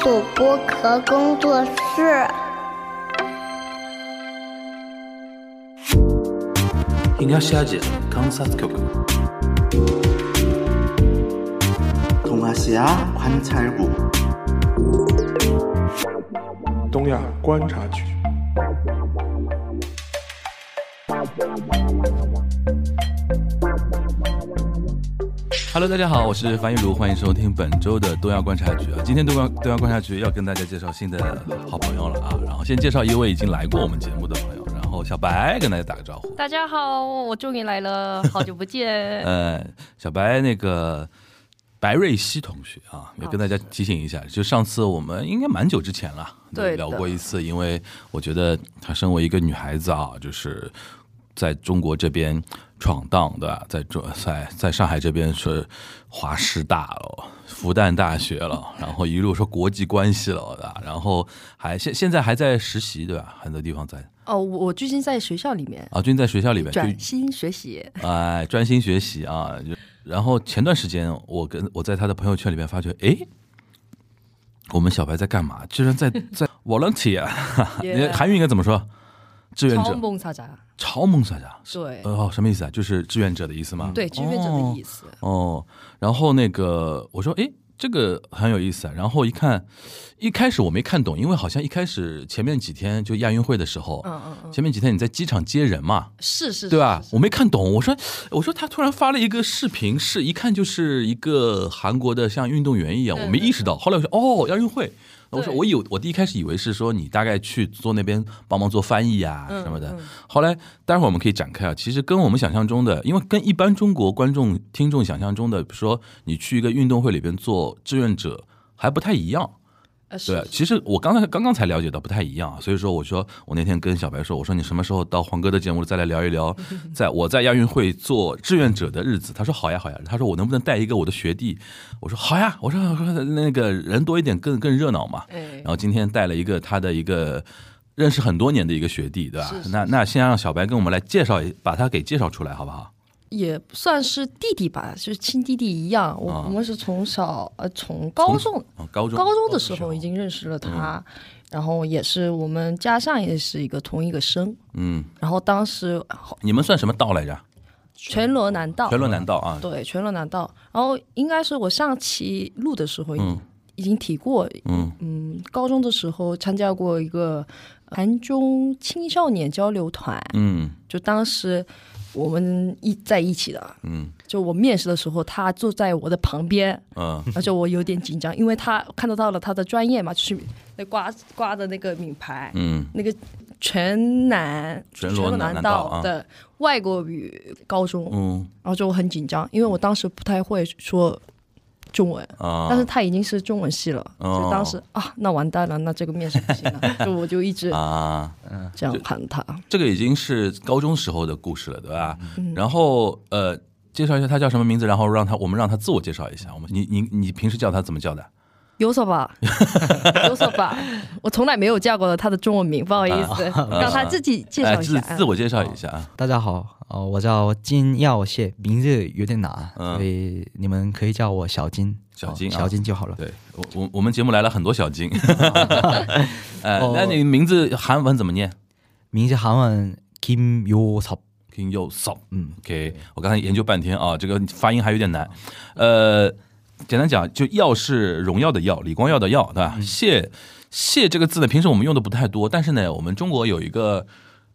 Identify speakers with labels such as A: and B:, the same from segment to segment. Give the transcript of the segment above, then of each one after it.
A: 主播壳工作室。
B: 東アジア観察局
C: 동아시아관찰국
D: 东亚观察局。
B: Hello，大家好，我是樊玉茹，欢迎收听本周的东亚观察局啊。今天东亚东亚观察局要跟大家介绍新的好朋友了啊。然后先介绍一位已经来过我们节目的朋友，然后小白跟大家打个招呼。
E: 大家好，我终于来了，好久不见。
B: 呃，小白那个白瑞希同学啊，
E: 哦
B: 也跟大家提醒一下，就上次我们应该蛮久之前了，
E: 对的
B: 聊过一次，因为我觉得她身为一个女孩子啊，就是在中国这边闯荡，对吧？在中在在上海这边是华师大了，复旦大学了，然后一路说国际关系了，对吧？然后还现现在还在实习，对吧？很多地方在
E: 哦，我我最近在学校里面
B: 啊，最近在学校里面就
E: 转心学习，
B: 哎，专心学习啊。就然后前段时间，我跟我在他的朋友圈里面发觉，哎，我们小白在干嘛？居然 在在 volunteer，
E: Yeah
B: 韩语应该怎么说？志愿
E: 超
B: 者，
E: 梦啥啥，
B: 超梦想家。
E: 对
B: 哦，什么意思啊？就是志愿者的意思吗？
E: 嗯对，志愿者的意思。
B: 哦，然后那个我说，诶，这个很有意思啊。然后一看，一开始我没看懂，因为好像一开始前面几天就亚运会的时候，
E: 嗯嗯嗯，
B: 前面几天你在机场接人嘛，
E: 是是，
B: 对啊吧
E: 是？？
B: 我没看懂，我说我说他突然发了一个视频，是一看就是一个韩国的像运动员一样，
E: 嗯
B: 我没意识到。后来我说哦，亚运会，我说
E: 对
B: 我有我第一开始以为是说你大概去做那边帮忙做翻译啊
E: 嗯
B: 什么的
E: 嗯。
B: 后来待会儿我们可以展开啊，其实跟我们想象中的，因为跟一般中国观众听众想象中的，比如说你去一个运动会里边做志愿者还不太一样。
E: 呃是
B: 对，
E: 是
B: 其实我刚才刚刚才了解到不太一样，啊所以说我说我那天跟小白说，我说你什么时候到黄哥的节目再来聊一 聊，在我在亚运会做志愿者的日子。他说好呀好呀，他说我能不能带一个我的学弟？我说好呀，我说我说那个人多一点更更热闹嘛。
E: 哎
B: 然，后今天带了一个他的一个认识很多年的一个学弟，对吧？
E: 是是
B: 那那先让小白跟我们来介绍一，把他给介绍出来好不好？
E: 也算是弟弟吧，就是亲弟弟一样。我
B: 啊
E: 我们是从小呃从高中
B: 哦，高中
E: 高中的时候已经认识了他，
B: 嗯
E: 然后也是我们家上也是一个同一个生，
B: 嗯，
E: 然后当时呃
B: 你们算什么道来着？
E: 全罗南道，
B: 全罗南道啊，
E: 对，全罗南道。然后应该是我上期录的时候已经、
B: 嗯
E: 已经提过，
B: 嗯
E: 嗯，高中的时候参加过一个韩中青少年交流团，
B: 嗯
E: 就当时我们一在一起的，
B: 嗯
E: 就我面试的时候，他坐在我的旁边，
B: 嗯
E: 而且我有点紧张，因为他看得到了他的专业嘛，就是那挂挂的那个名牌，
B: 嗯，
E: 那个全南
B: 全罗
E: 罗
B: 南
E: 南
B: 道啊
E: 道的外国语高中，
B: 嗯
E: 然后就很紧张，因为我当时不太会说中文，
B: 啊，
E: 但是他已经是中文系了，
B: 哦
E: 所以当时啊，那完蛋了，那这个面试不行了， 就我就一直
B: 啊，
E: 这样喊他。
B: 这个已经是高中时候的故事了，对吧？
E: 嗯
B: 然后呃，介绍一下他叫什么名字，然后让他我们让他自我介绍一下。我们你你你平时叫他怎么叫的？
E: 有 所吧，有所吧，我从来没有叫过他的中文名，不好意思，让他自己介
B: 啊哎，
E: 绍一
B: 自
E: 下。嗯
B: 自我介绍一下啊。
F: 大家好，呃，我叫金耀燮，名字有点难，
B: 嗯
F: 所以你们可以叫我小金，
B: 小金
F: 哦
B: 啊
F: 小金就好了。
B: 对我我我们节目来了很多小 金， 呃，
F: 哦
B: 那你名字韩文怎么念
F: 名字韩文金요섭，
B: ？King Yo So。
F: 嗯，
B: OK，我刚才研究半天啊，这个发音还有点难。呃，简单讲，就耀是荣耀的耀，李光耀的耀，对吧？谢谢这个字呢，平时我们用的不太多，但是呢，我们中国有一个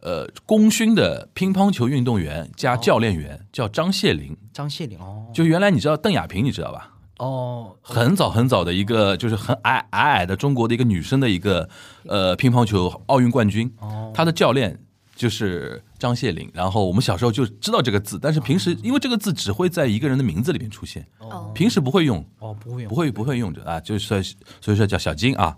B: 呃功勋的乒乓球运动员加教练员、叫张谢林，
F: 张谢林哦，
B: 就原来你知道邓亚萍，你知道吧？
F: 哦，
B: 很早很早的一个，就是很矮矮矮的中国的一个女生的一个呃乒乓球奥运冠军，她的教练就是张谢林。然后我们小时候就知道这个字，但是平时因为这个字只会在一个人的名字里面出现，平时不会用，
F: 哦，不会
B: 不会不会用着啊，就是说所以说叫小金啊。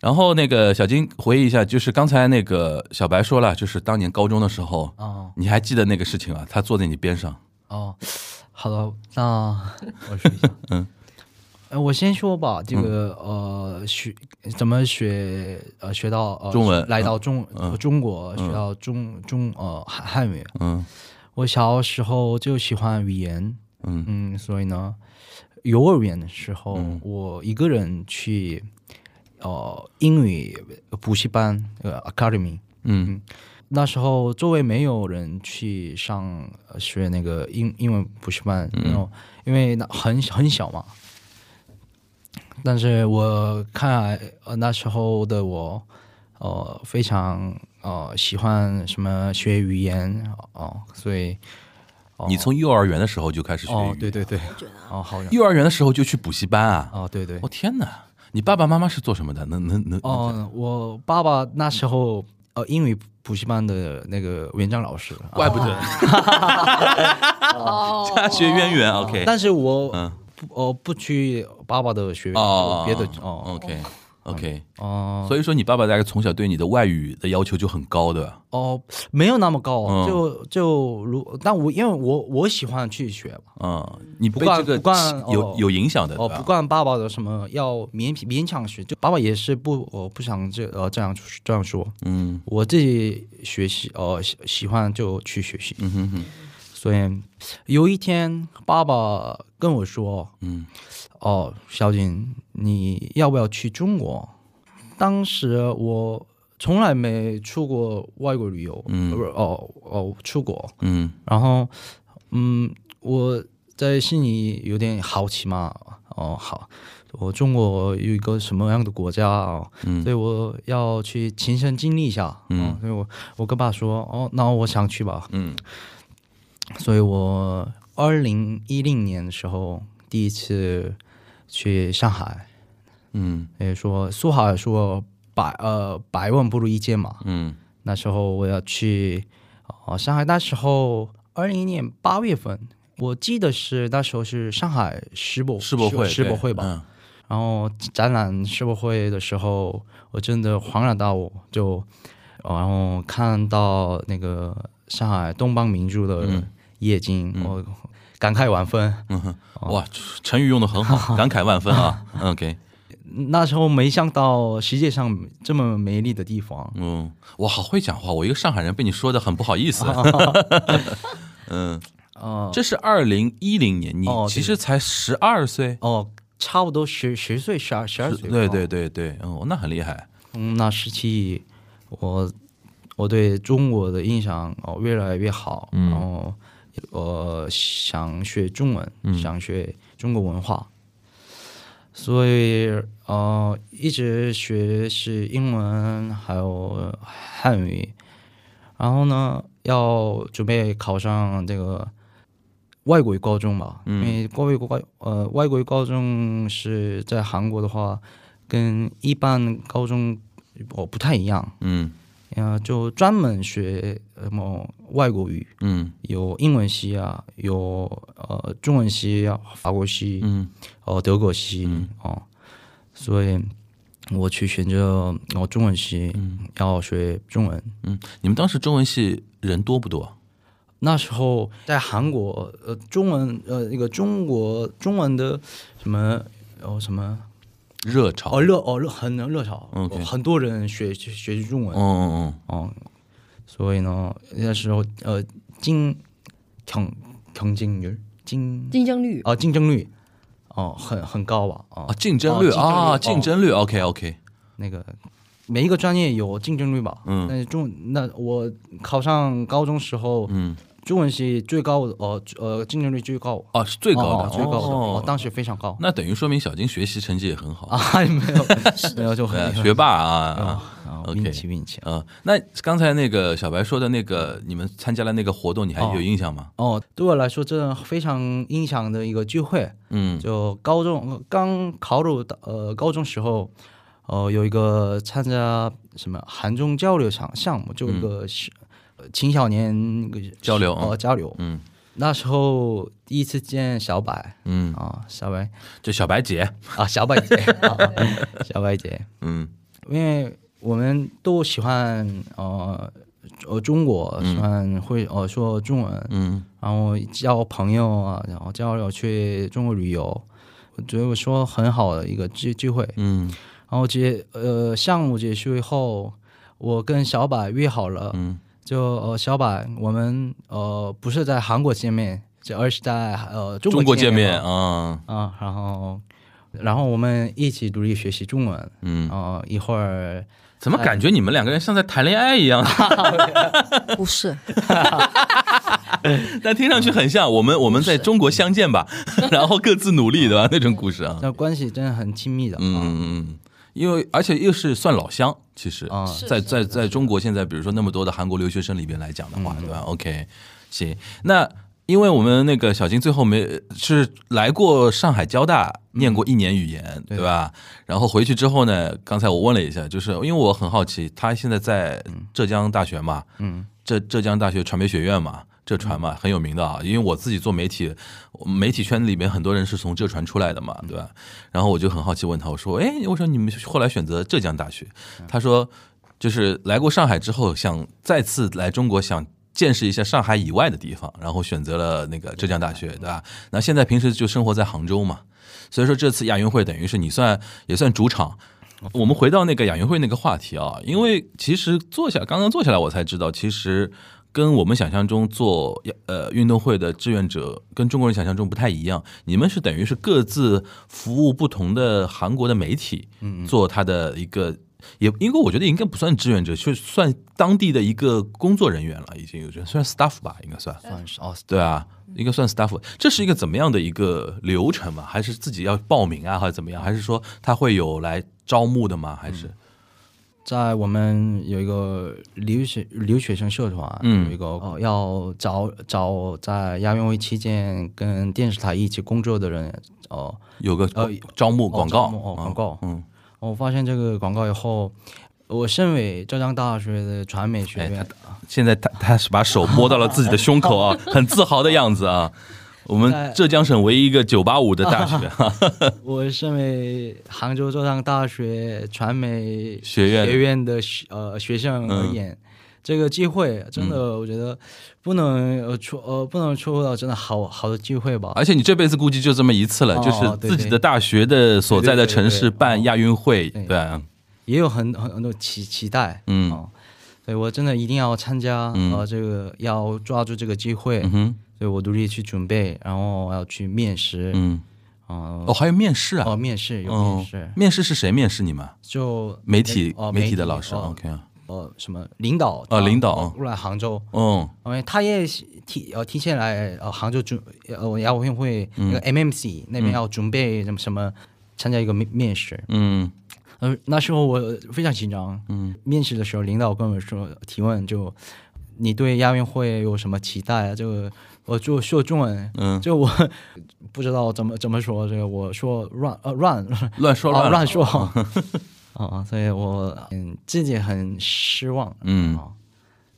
B: 然后那个小金回忆一下，就是刚才那个小白说了，就是当年高中的时候，
F: 哦
B: 你还记得那个事情啊？他坐在你边上，
F: 哦，好了，那 我说一下，
B: 嗯
F: 呃，我先说吧，这个、呃学怎么学呃学到呃
B: 中文嗯
F: 来到中、中国学到中中呃汉汉语，
B: 嗯
F: 我小时候就喜欢语言，
B: 嗯
F: 所以呢，幼儿园的时候，
B: 嗯
F: 我一个人去呃英语补习班呃 academy，
B: 嗯
F: 那时候周围没有人去上呃学那个英英文补习班，
B: 嗯
F: 然后因为那很很小嘛。但是我看来，呃，那时候的我，呃，非常呃喜欢什么学语言哦、所以
B: 你从幼儿园的时候就开始学
F: 哦，
B: 英
F: 对
B: 语，
F: 对对，哦，好像
B: 幼儿园的时候就去补习班啊！
F: 哦，对对
B: 我，天哪，你爸爸妈妈是做什么的？能能能能
F: 哦，我爸爸那时候呃英语补习班的那个园长老师，啊
B: 怪不得
E: 哦，
B: 大学渊源。OK，
F: 但是我
B: 嗯
F: 不呃不去爸爸的学院，
B: 哦嗯
F: 就，别的哦
B: OK OK，
F: 哦
B: 所以说你爸爸大概从小对你的外语的要求就很高的，
F: 哦没有那么高，
B: 嗯
F: 就就如但我因为我我喜欢去学嘛，
B: 嗯，你被
F: 惯
B: 这个
F: 不惯
B: 有
F: 哦
B: 有影响的，
F: 哦
B: 对吧啊
F: 不管爸爸的什么要勉勉强学，就爸爸也是不我不想这呃这样这样说，
B: 嗯
F: 我自己学习呃喜喜欢就去学习，
B: 嗯哼哼，
F: 所以有一天爸爸跟我说，
B: 嗯，
F: 哦，小景，你要不要去中国？当时我从来没出过外国旅游，
B: 嗯
F: 不是哦哦出国，
B: 嗯
F: 然后嗯，我在心里有点好奇嘛，哦好，我中国有一个什么样的国家哦，
B: 嗯
F: 所以我要去亲身经历一下，
B: 嗯
F: 哦所以我我跟爸说，哦，那我想去吧，
B: 嗯
F: 所以我二零一零年的时候第一次去上海，
B: 嗯
F: 也说苏哈尔说百呃百万不如一见嘛。
B: 嗯
F: 那时候我要去哦、上海，那时候二零一年八月份，我记得是那时候是上海世博
B: 世博会
F: 世博
B: 对
F: 会吧。
B: 嗯
F: 然后展览世博会的时候，我真的恍然大悟，就、呃然后看到那个上海东方明珠的夜景，
B: 嗯
F: 我感慨万分。哦
B: 哇，成语用的很好， 感慨万分啊。OK，
F: 那时候没想到世界上这么美丽的地方。
B: 嗯，我好会讲话，我一个上海人被你说的很不好意 思。嗯，
F: 哦
B: 这是二零一零年，你
F: 哦对
B: 其实才十二岁，
F: 哦，差不多十十岁、十二、十二
B: 是
F: 岁。
B: 对对
F: 哦，
B: 对对，哦，那很厉害。
F: 从那时起，我我对中国的印象哦越来越好，
B: 嗯
F: 然后我想学中文，想学中国文化，所以呃一直学是英文还有汉语，然后呢要准备考上这个。外国语高中吧，因为国外国外呃外国语高中是在韩国的话，跟一般高中呃我不太一样，
B: 嗯
F: 呃，就专门学什么外国语，
B: 嗯
F: 有英文系啊，有呃中文系啊，法国系，
B: 嗯
F: 哦、德国系哦，所以我去选择哦中文系，要学中文。
B: 嗯，你们当时中文系人多不多？
F: 那时候在韩国，呃，中文呃那个中国中文的什么哦什么
B: 热潮？
F: 哦热哦热很热潮
B: OK
F: 很多人学学学中文。
B: 嗯嗯
F: 哦，所以呢，那时候呃，竞경경쟁률竞
E: 嗯竞争率
F: 啊竞争率哦很很高吧啊
B: 嗯，啊，竞争率啊，竞
F: 哦
B: 争率。OK OK，
F: 那个每一个专业有竞争率吧，
B: 嗯
F: 但是中那我考上高中时候，
B: 嗯，
F: 中文系最高的哦呃竞争率最高，
B: 哦，是最高的，
F: 哦最高的，
B: 哦
F: 哦当时非常高
B: 那等于说明小金学习成绩也很好
F: 啊，没有没有就
B: 呃
F: 很
B: 学霸啊。
F: 啊
B: OK
F: 运气运气
B: 嗯，那刚才那个小白说的那个，你们参加了那个活动，你还
F: 哦
B: 有印象吗？
F: 哦，对我来说真的非常印象的一个聚会，
B: 嗯
F: 就高中呃刚考入的呃高中时候，呃有一个参加什么韩中交流项项目，就一个是、呃青少年
B: 嗯交流
F: 呃
B: 嗯
F: 交流。
B: 嗯
F: 那时候第一次见小白
B: 嗯，
F: 啊、小白
B: 就小白姐，
F: 啊，小白姐 啊，小白姐，
B: 嗯
F: 因为我们都喜欢呃呃中国，喜欢会呃说中文，
B: 嗯
F: 然后交朋友啊，然后交流去中国旅游，我觉得我说很好的一个聚聚会。
B: 嗯
F: 然后结呃项目结束以后，我跟小柏约好了，
B: 嗯
F: 就呃小柏我们呃不是在韩国见面，这而是在呃中
B: 中国
F: 国
B: 见面
F: 嘛
B: 啊，
F: 啊、然后然后我们一起独立学习中文，
B: 嗯
F: 呃，一会儿
B: 怎么感觉你们两个人像在谈恋爱一样？
E: 不是，
B: 但听上去很像我们我们在中国相见吧， 然后各自努力，对吧？那种故事啊，
F: 那关系真的很亲密的，啊
B: 嗯嗯嗯，因为而且又是算老乡，其实
F: 啊
B: 在在在中国现在，比如说那么多的韩国留学生里边来讲的话，对吧？OK，行，那因为我们那个小金最后没是来过上海交大念过一年语言，对吧？
F: 嗯
B: 然后回去之后呢，刚才我问了一下，就是因为我很好奇，他现在在浙江大学嘛，
F: 嗯，
B: 浙浙江大学传媒学院嘛，浙传嘛很有名的啊，因为我自己做媒体，我媒体圈里面很多人是从浙传出来的嘛，对吧？然后我就很好奇问他，我说，哎，我说你们后来选择浙江大学，他说就是来过上海之后，想再次来中国，想。见识一下上海以外的地方，然后选择了那个浙江大学，对吧？那现在平时就生活在杭州嘛，所以说这次亚运会等于是你算也算主场。我们回到那个亚运会那个话题啊，因为其实坐下刚刚坐下来，我才知道，其实跟我们想象中做呃运动会的志愿者跟中国人想象中不太一样。你们是等于是各自服务不同的韩国的媒体，做他的一个也应该我觉得应该不算志愿者，就算当地的一个工作人员了，已经有算 staff 吧，应该算。
F: 算是哦，
B: 对啊，应该算 staff。这是一个怎么样的一个流程吗？还是自己要报名啊，还是怎么样？还是说他会有来招募的吗？还是
F: 嗯在我们有一个留学留学生社团，
B: 嗯
F: 有一个、哦、要找找在亚运会期间跟电视台一起工作的人，哦、
B: 有个
F: 呃
B: 招募广告？
F: 哦招募哦
B: 嗯
F: 广告
B: 嗯，
F: 我发现这个广告以后，我身为浙江大学的传媒学院，
B: 现在哎他他是把手摸到了自己的胸口 啊，很自豪的样子啊。我们
F: 在
B: 浙江省唯一一个九八五的大 学，
F: 我身为杭州浙江大学传媒
B: 学院嗯
F: 学院的学呃学生而言，这个机会真的，我觉得不能呃错呃不能错过到真的好好的机会吧。
B: 而且你这辈子估计就这么一次了，
F: 哦
B: 就是
F: 对
B: 自己
F: 对
B: 的大学的所在的
F: 对对对哦
B: 城
F: 对
B: 市
F: 对
B: 办亚运会，
F: 对
B: 对啊，
F: 也有很很很多期期待，
B: 嗯
F: 哦，所以我真的一定要参加，
B: 嗯
F: 呃，这个要抓住这个机会，
B: 嗯哼，
F: 所以我独立去准备，然后要去面试，
B: 嗯，
F: 哦
B: 哦，还有面试
F: 哦，
B: 啊，
F: 面试有
B: 哦
F: 面试，
B: 面试是谁面试你们？
F: 就
B: 媒体
F: 哦
B: 媒体的老师
F: 哦
B: ，OK 啊，
F: 呃什么领导
B: 哦领导
F: 过来杭州，
B: 嗯。
F: 因为他也是提呃提前来呃杭州准呃亚运会那
B: 嗯
F: 个 MMC 那边要准备什么什么参加一个面面试，
B: 嗯
F: 呃，那时候我非常紧张。嗯，面试的时候，领导跟我说提问就，你对亚运会有什么期待啊？这个我就说中文，
B: 嗯，
F: 就我 不知道怎么怎么说这个，我说 run 呃 run
B: 乱说
F: 啊
B: 乱
F: 乱说 啊，所以我嗯自己很失望。
B: 嗯
F: 啊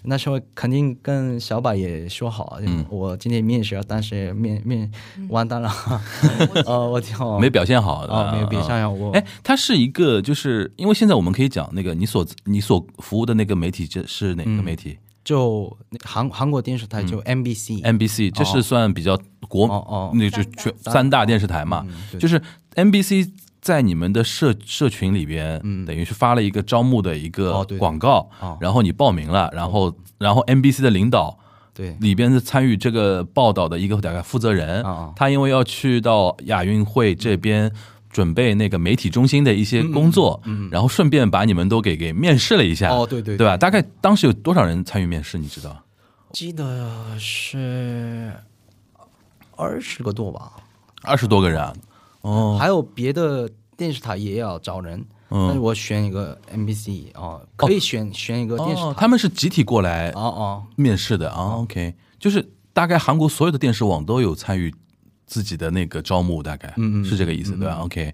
F: 那时候肯定跟小柏也说好，啊
B: 嗯
F: 我今天面试，但是面面完蛋了，呃，我跳
B: 没表现好
F: 哦，没有比
B: 嗯
F: 上呀，我
B: 哎，它是一个，就是因为现在我们可以讲那个你所你所服务的那个媒体，这是哪
F: 嗯
B: 个媒体
F: 就那韩韩国电视台就 MBC，、
B: ？NBC，这是算比较国
F: 哦哦嗯
B: 那就全三大电视台嘛，
F: 对
B: 就是 NBC 在你们的社社群里边，等于是发了一个招募的一个
F: 嗯哦对
B: 广告
F: 哦，
B: 然后你报名了，然后然后 NBC 的领导。
F: 对
B: 里边是参与这个报道的一个大概负责人
F: 啊啊，
B: 他因为要去到亚运会这边准备那个媒体中心的一些工作，
F: 嗯
B: 然后顺便把你们都给给面试了一下，
F: 哦对对
B: 对
F: 对
B: 吧？大概当时有多少人参与面试？你知道？
F: 记得是二十个多吧，
B: 二十多个人啊，哦
F: 还有别的电视台也要找人，
B: 嗯
F: 但是我选一个 MBC 哦，可以选、选一个电视
B: 哦，
F: 台，
B: 他们是集体过来
F: 哦哦，
B: 面试的啊，OK，就是大概韩国所有的电视网都有参与自己的那个招募，大概
F: 嗯
B: 是这个意思对吧？OK，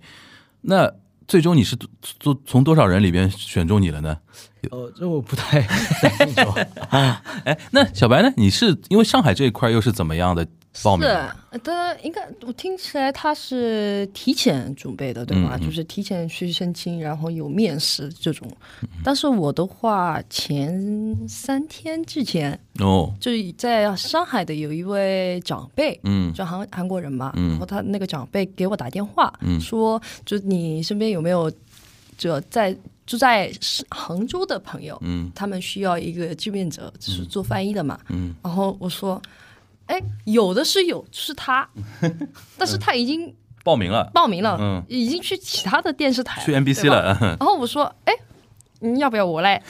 B: 那最终你是从从多少人里边选中你了呢？
F: 呃，这我不太 清楚，
B: 哎，那小白呢？你是因为上海这一块又是怎么样的报名？
E: 是，他应该我听起来他是提前准备的，对吧？
B: 嗯嗯
E: 就是提前去申请，然后有面试这种。
B: 嗯
E: 但是我的话，前三天之前，
B: 哦，
E: 就是在上海的有一位长辈，
B: 嗯
E: 就韩韩国人嘛，
B: 嗯
E: 然后他那个长辈给我打电话，
B: 嗯
E: 说就你身边有没有就在住在杭州的朋友，
B: 嗯
E: 他们需要一个志愿者，就是做翻译的嘛，
B: 嗯，
E: 然后我说，哎，有的是有，是他，但是他已经
B: 报名了，
E: 报名了，
B: 嗯
E: 已经去其他的电视台了，
B: 去 NBC
E: 对吧
B: 了，
E: 然后我说，哎，你要不要我 来？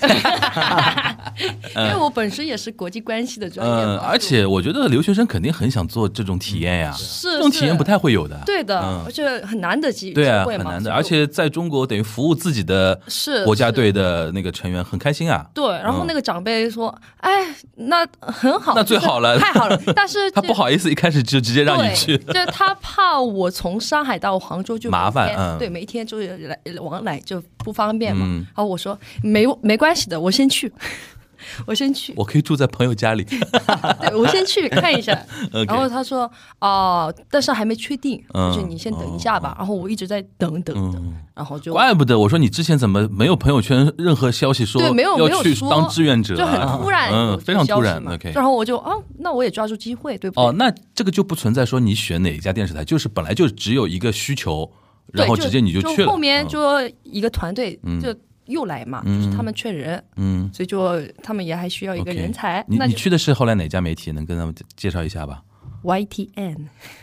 E: 因为我本身也是国际关系的专业
B: 嗯，
E: 嘛，
B: 而且我觉得留学生肯定很想做这种体验呀，
E: 嗯是
B: 这种体验不太会有的，
E: 对的，
B: 嗯
E: 而且很难得机
B: 对啊，
E: 机会
B: 很
E: 嘛
B: 难的，
E: 所以
B: 而且在中国等于服务自己的
E: 是
B: 国家队的那个成员，很开心啊，
E: 对，然后
B: 嗯
E: 那个长辈说，哎，那很好，
B: 那最
E: 就是
B: 好了
E: 太好了，但 是
B: 他
E: 这
B: 不。好意思一开始就直接让你
E: 对，
B: 去，
E: 就是他怕我从上海到杭州就
B: 麻烦
E: 每天
B: 嗯
E: 对，每一天就是来往来就不方便嘛。
B: 嗯
E: 然后我说没没关系的，我先去， 我先去，
B: 我可以住在朋友家里，
E: 对我先去看一下。
B: OK
E: 然后他说哦、但是还没确定，
B: 嗯哦
E: 就是你先等一下吧。然后我一直在等等等，然后就
B: 怪不得我说你之前怎么没有朋友圈任何消息说
E: 对，没有没
B: 要
E: 有
B: 去
E: 说
B: 当志愿者
E: 就
B: 啊，
E: 很突然，
B: 嗯，非常突然。
E: 嘛。
B: OK，
E: 然后我就啊，那我也抓住机会，对不对？
B: 哦，那这个就不存在说你选哪一家电视台，就是本来就只有一个需求，
E: 对
B: 然后
E: 就
B: 直接你
E: 就
B: 去了。
E: 后面
B: 嗯
E: 就一个团队就又来嘛，就是他们缺人，
B: 嗯，
E: 所以就他们也还需要一个
B: OK
E: 人才。
B: 你
E: 那
B: 你
E: 就
B: 去的是后来哪家媒体？能跟他们介绍一下吧
E: YTN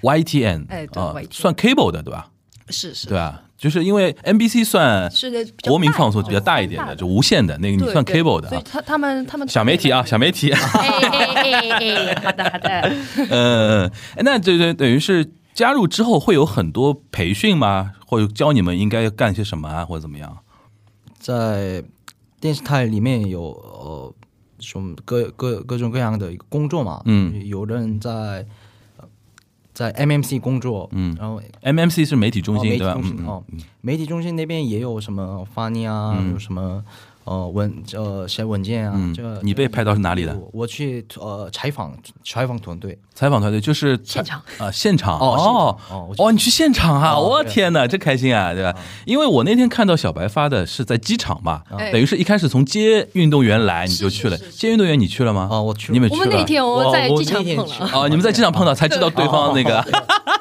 B: ？YTN，
E: 哎对
B: 啊
E: YTN
B: 算 cable 的对吧？
E: 是是
B: 对吧？就是因为 NBC 算
E: 是的，比较
B: 国民
E: 大
B: 放送比较大一点
E: 大
B: 的，就无线的那个，你
E: 对
B: 算
E: 对
B: cable 的
E: 所以
B: 啊。
E: 他他们他们
B: 小媒体啊，小媒体，
E: 哎，哎哎哎哎，好的好的。
B: 嗯，嗯嗯那这这等于是加入之后会有很多培训吗？或者教你们应该干些什么啊，或者怎么样？
F: 在电视台里面有呃什么各各各种各样的一个工作嘛，
B: 嗯，
F: 有人在呃在 MMC 工作，
B: 嗯
F: 然后
B: MMC 是媒体中
F: 哦媒
B: 心
F: 体
B: 对吧？
F: 中心
B: 嗯
F: 哦，媒体中心那边也有什么翻译啊，有什么呃文呃写文件啊，
B: 嗯
F: 这个
B: 你被派到是哪里的
F: 我我去呃采访采访团队，
B: 采访团队就是
E: 现场
B: 啊、现场
F: 哦
B: 哦
F: 现场哦我去
B: 哦，你去现场啊！
F: 哦
B: 我
F: 对哦
B: 天哪，这开心啊，对吧？因为我那天看到小白发的是在机场嘛，
E: 哎
B: 等于是一开始从接运动员来你就去了，接运动员你去了吗？
F: 哦我去了
B: 你们
E: 我
B: 去
E: 们
B: 了
E: 那天我在
F: 我
E: 机场
F: 那天
E: 碰
F: 去
E: 了，
B: 哦，你们在机场碰到才知道对方那个，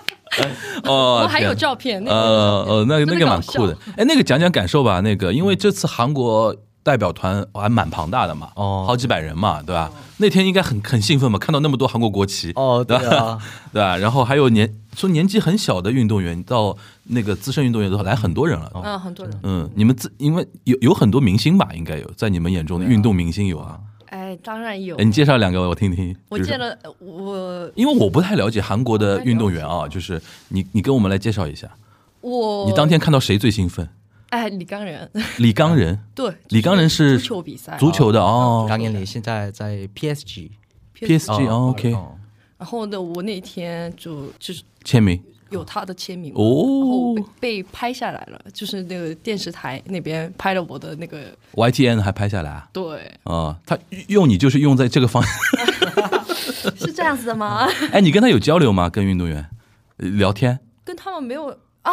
B: 哦，
E: 我还有
B: 天
E: 照片，那个
B: 呃呃，那个
E: 真
B: 那
E: 的
B: 个蛮
E: 搞笑嗯
B: 酷的。哎，那个讲讲感受吧。那个，因为这次韩国代表团还蛮庞大的嘛，
F: 哦
B: 好几百人嘛，对吧？那天应该很很兴奋嘛，看到那么多韩国国旗，
F: 哦对啊，
B: 对吧？然后还有年说年纪很小的运动员到那个资深运动员都来很多人
F: 哦
B: 了。
E: 嗯，很多人，
B: 嗯，你们自因为有有很多明星吧，应该有在你们眼中的运动明星有啊。
E: 哎，当然有
B: 哎，。你介绍两个我听听。
E: 我哦
B: 比如说
E: 见了我
B: 因为我不太了解韩国的运动员啊，就是你你跟我们来介绍一下，
E: 我呃
B: 你当天看到谁最兴奋？
E: 哎李刚人
B: 李刚仁，
E: 对
B: 李刚仁是
E: 足球比赛啊
B: 足球的哦
F: 张彦霖现在在 PSG。
B: ，PSG 哦，OK，
F: 哦
E: 然后呢，我那天就就是
B: 签名
E: 有他的签名嘛，然后
B: 哦
E: 被被拍下来了，就是那个电视台那边拍了我的那个
B: ，YTN 还拍下来啊，，
E: 对
B: 哦他用你就是用在这个方 向。
E: 是这样子的吗？
B: 哎，你跟他有交流吗？跟运动员呃聊天？
E: 跟他们没有啊，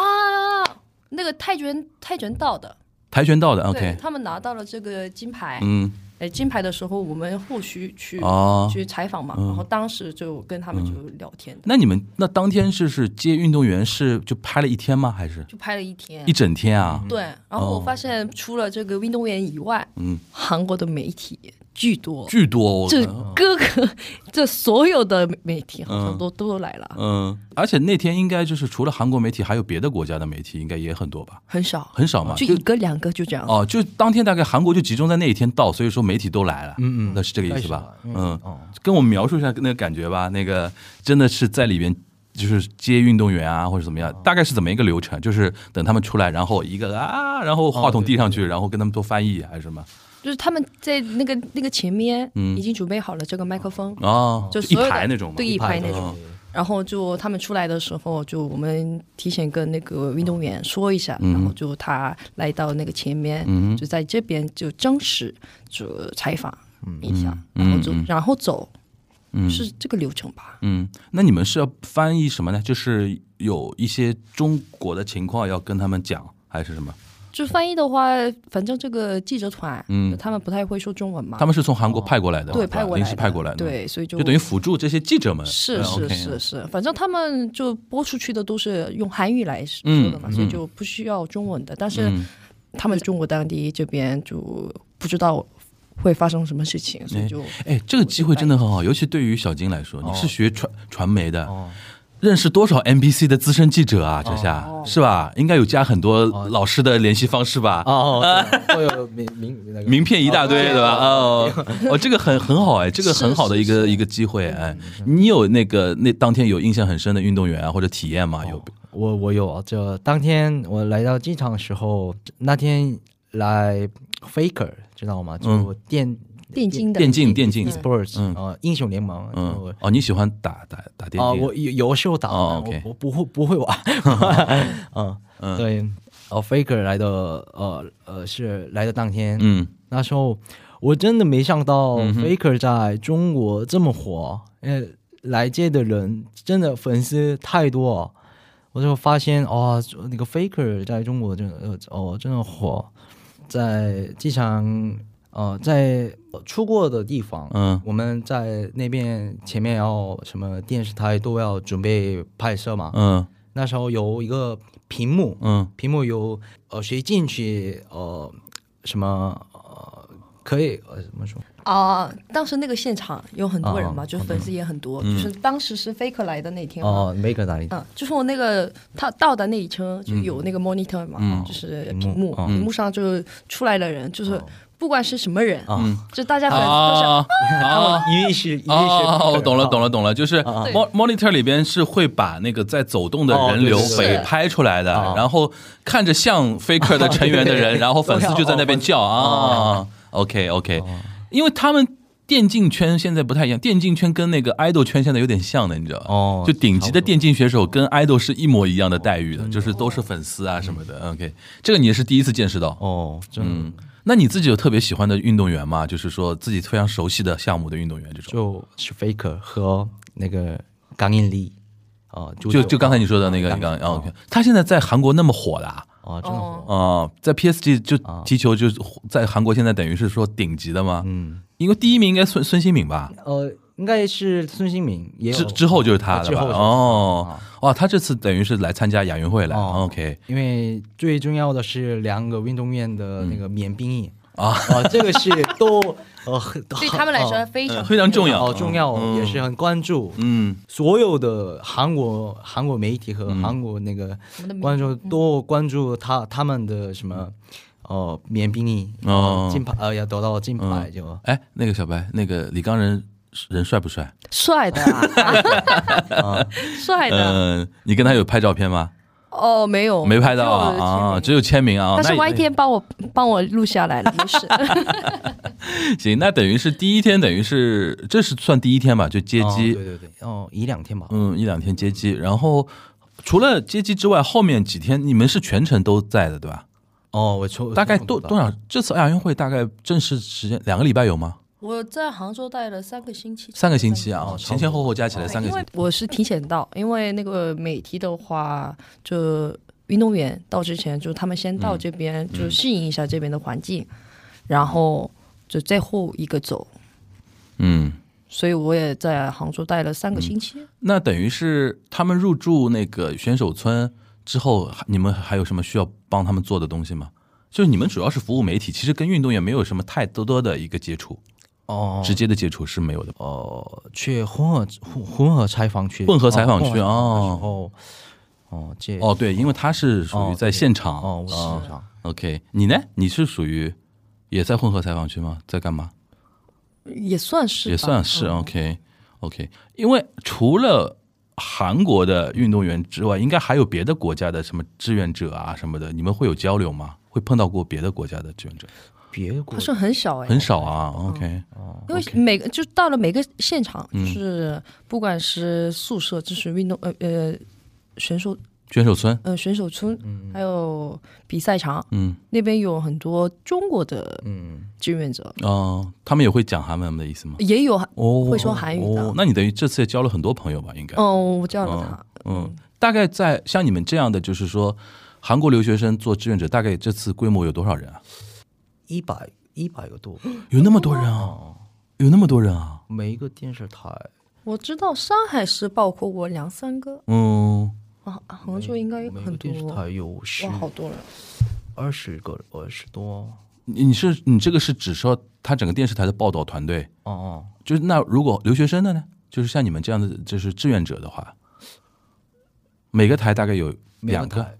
E: 那个泰拳泰拳道的，
B: 跆拳道的
E: 对
B: ，OK，
E: 他们拿到了这个金牌，
B: 嗯，
E: 哎，金牌的时候我们后续去
B: 哦嗯
E: 去采访嘛，然后当时就跟他们就聊天的，
B: 那你们那当天是是接运动员是就拍了一天吗？还是
E: 就拍了一天
B: 一。整天啊？
E: 对，然后我
B: 哦
E: 发现除了这个运动员以外，
B: 嗯，
E: 韩国的媒体巨多，
B: 巨多，我
E: 这
B: 看
E: 各个 这所有的媒体好像
B: 嗯
E: 都、都来了，
B: 嗯，而且那天应该就是除了韩国媒体，还有别的国家的媒体，应该也很多吧？
E: 很少，
B: 很少嘛，
E: 就
B: 哦就
E: 一个两个就这样。
B: 哦，就当天大概韩国就集中在那一天到，所以说媒体都来了，
F: 嗯嗯
B: 那是这个意思吧？嗯，
F: 应该是吧嗯哦
B: 跟我们描述一下那个感觉吧。那个真的是在里边就是接运动员啊，或者怎么
E: 哦
B: 样，大概是怎么一个流程？就是等他们出来，然后一个啊，然后话筒递
E: 哦
B: 上去，然后跟他们做翻译还是什么？
E: 就是他们在那个那个前面已经准备好了这个麦克风，
B: 哦，
E: 就
B: 嗯一
E: 所有的
B: 排那种嘛，
E: 对一排那
B: 哦
E: 种。然后就他们出来的时候，就我们提前跟那个运动
B: 嗯
E: 员说一下，然后就他来到那个前面，
B: 嗯
E: 就在这边就正式就采访一下，
B: 嗯
E: 然后就、然后走，是这个流程吧？
B: 嗯，那你们是要翻译什么呢？就是有一些中国的情况要跟他们讲，还是什么？
E: 就翻译的话，反正这个记者团，
B: 嗯
E: 他们不太会说中文嘛，
B: 他们是从韩国派过来的嘛，
E: 啊哦对
B: 吧
E: 派过来
B: 临
E: 的
B: 时派过来的，嗯
E: 对，所以就
B: 就等于辅助这些记者们。
E: 是
B: 嗯
E: 是
B: OK
E: 是是，反正他们就播出去的都是用韩语来说
B: 嗯
E: 的嘛，所以就不需要中文的。但是他们中国当地这边就不知道会发生什么事情，所以就
B: 哎哎，这个机会真的很好，尤其对于小金来说，你是学传传媒的，认识多少 MBC 的资深记者啊？这下、是吧？应该有加很多老师的联系方式吧？
F: 哦，对会有名名那个
B: 名片一大堆，对吧？哦，哦，这个很很好哎，这个很好的一个一个机会哎。你有那个那当天有印象很深的运动员啊或者体验吗？有
F: 我我有啊，就当天我来到机场的时候，那天来 Faker 知道吗？就电、
E: 电竞的
B: 嗯电竞电竞
F: Sports
B: 嗯
F: 呃英雄联盟，
B: 嗯
F: 我
B: 哦，你喜欢打打打电
F: 啊、
B: 竞？
F: 我有有时候打，
B: 哦
F: 我
B: OK
F: 我不会不 会玩，嗯，对，哦，Faker 来的，呃呃，是来的当天，
B: 嗯
F: 那时候我真的没想到 Faker 在中国这么火，因为来这的人真的粉丝太多，我就发现哦，那个 Faker 在中国真的呃哦真的火，在机场呃在出过的地方，
B: 嗯
F: 我们在那边前面要什么电视台都要准备拍摄嘛，
B: 嗯
F: 那时候有一个屏幕，
B: 嗯
F: 屏幕有呃谁进去呃什么呃可以呃怎么说
E: 啊，当时那个现场有很多人嘛，
F: 哦
E: 就粉丝也很多，
B: 嗯
E: 就是当时是 Faker 来的那天嘛，
F: 哦每个哪里
E: 嗯，就是我那个他到的那一车
B: 嗯
E: 就有那个 monitor 嘛，就是屏幕，屏幕上就出来的人，就是不管是什么人，就大家粉丝都是。
B: 哦啊啊！
F: 一定是一定是
B: 哦，我懂了，懂
F: 了
B: 了，懂了，就是 mon monitor 里边是会把那个在走动的人流
F: 啊哦对对
E: 对
B: 给拍出来的
F: 啊，
B: 然后看着像 faker 的成员的 人，
F: 对哦
B: 然后粉丝就在那边叫啊。OK OK，因为他们电竞圈现在不太一样，电竞圈跟那个 idol 圈现在有点像的，你知道吧？
F: 哦
B: 就顶级的电竞选手跟 idol 是一模一样的待遇的，
F: 嗯
B: 就是都是粉丝啊什么的。OK，这个你也是第一次见识到。
F: 哦，真的、
B: 嗯，那你自己有特别喜欢的运动员吗？就是说自己非常熟悉的项目的运动员这种。
F: 就是 Faker 和那个刚印力哦，
B: 就就刚才你说的那个，
F: 刚
B: 你刚啊，OK，他现在在韩国那么火的啊，
F: 哦真的火
B: 啊在 PSG 就
F: 啊
B: 踢球就在韩国现在等于是说顶级的吗？嗯，因为第一名应该孙孙兴敏吧，
F: 呃应该是孙兴民也有啊
B: 之之后就是他了
F: 之
B: 吧？
F: 后就是
B: 哦，哇，他这次等于是来参加亚运会来了
F: 啊哦
B: ，OK，
F: 因为最重要的是两个运动员的那个免兵役
B: 嗯啊
F: 啊，这个是都呃，很
E: 对他们来说非常
B: 哦非常重要，
F: 好重要，也是很关注。
B: 嗯，
F: 所有的韩国韩国媒体和韩国那个观众都关注他他们的什么哦免兵役
B: 嗯哦
F: 金牌呃要得到金牌就哦
B: 哎，那个小白，那个李刚人人帅不帅？
E: 帅的啊， 帅的
B: 嗯，你跟他有拍照片吗？
E: 哦，没有
B: 没拍到啊，啊，只有签名啊，
E: 但是
B: 那也
E: Y 天帮我帮我录下来了，没事。
B: 行，那等于是第一天，等于是这是算第一天吧，就接
F: 哦
B: 机，
F: 对对对哦一两天吧
B: 嗯，一两天接机，然后除了接机之外，后面几天你们是全程都在的，对吧？
F: 哦我抽
B: 大概多多少？这次亚运会大概正式时间两个礼拜有吗？
E: 我在杭州待了三个星期，
B: 三个星期啊，
F: 哦差不多
B: 前前后后加起来三个
E: 因
B: 星
E: 为
B: 期。
E: 我是提前到，因为那个美体的话，就运动员到之前，就他们先到这边，就适应一下这边的环境，然后就最后一个走。
B: 嗯，
E: 所以我也在杭州待了三个星期。
B: 那等于是他们入住那个选手村之后，你们还有什么需要帮他们做的东西吗？就是你们主要是服务媒体，其实跟运动员没有什么太多多的一个接触，
F: 哦
B: 直接的接触是没有的。
F: 哦，去混合混混合采访区，
B: 混合采访区
F: 然
B: 哦
F: 后哦这
B: 哦，对，因为他是属于
F: 哦
B: 在现场。
F: 哦我是这样
B: OK，你呢？你是属于也在混合采访区吗？在干嘛？
E: 也算是吧嗯
B: 也算是 OK OK，因为除了韩国的运动员之外，应该还有别的国家的什么志愿者啊什么的，你们会有交流吗？会碰到过别的国家的志愿者？
F: 别国
E: 好像很小哎、
B: 很少啊。OK，嗯
E: 因为每个就到了每个现场，就是不管是宿舍，就是运动呃呃选手
B: 选手村，
E: 呃选手村，还有比赛场，
B: 嗯，
E: 那边有很多中国的志愿者，
B: 哦，他们也会讲韩文的意思吗？
E: 也有韩
B: 哦，
E: 会说韩语的
B: 哦那你等于这次也交了很多朋友吧？应该。
E: 嗯，我叫了他。
B: 嗯，大概在像你们这样的，就是说韩国留学生做志愿者，大概这次规模有多少人啊？
F: 一百一百 个多，
B: 有那么多人
F: 哦
B: 啊！有那么多人啊！
F: 每一个电视台
E: 我知道上海是包括我两三个
B: 嗯，
E: 啊，杭州应该有
F: 每个
E: 很
F: 电视
E: 多，
F: 台哎有十
E: 哇，好多人。
F: 二十个二十多哦
B: 你你是你这个是指说他整个电视台的报道团队，
F: 哦
B: 就是那如果留学生的呢，就是像你们这样的就是志愿者的话，每个台大概有两
F: 每台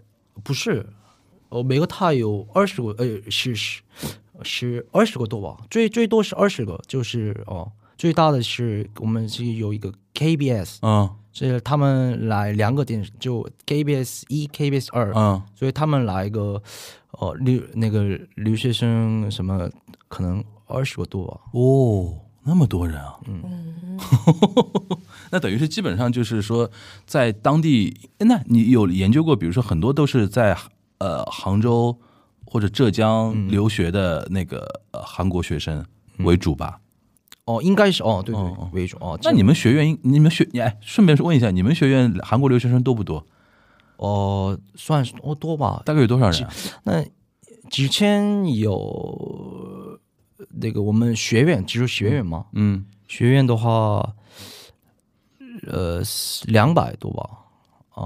F: 不是，呃，每个台有二十个，呃，是是是二十个多吧，最最多是二十个，就是哦，最大的是我们是有一个 KBS，
B: 嗯
F: 是他们来两个电视，就 KBS 一、KBS 二，
B: 嗯
F: 所以他们来一个，呃，留那个留学生什么可能二十个多吧，
B: 哦，那么多人啊，嗯， 那等于是基本上就是说，在当地，诶那你有研究过，比如说很多都是在呃杭州或者浙江留学的那个、呃、韩国学生
F: 嗯
B: 为主吧？
F: 哦，应该是哦，对对
B: 哦哦
F: 为主哦，
B: 那
F: 这
B: 你们学院应，你们学，哎，顺便问一下，你们学院韩国留学生多不多？
F: 哦算是哦多吧，
B: 大概有多少人啊、
F: 那之前有呃那个我们学院，只有学院嘛，
B: 嗯，
F: 学院的话，呃，两百多吧。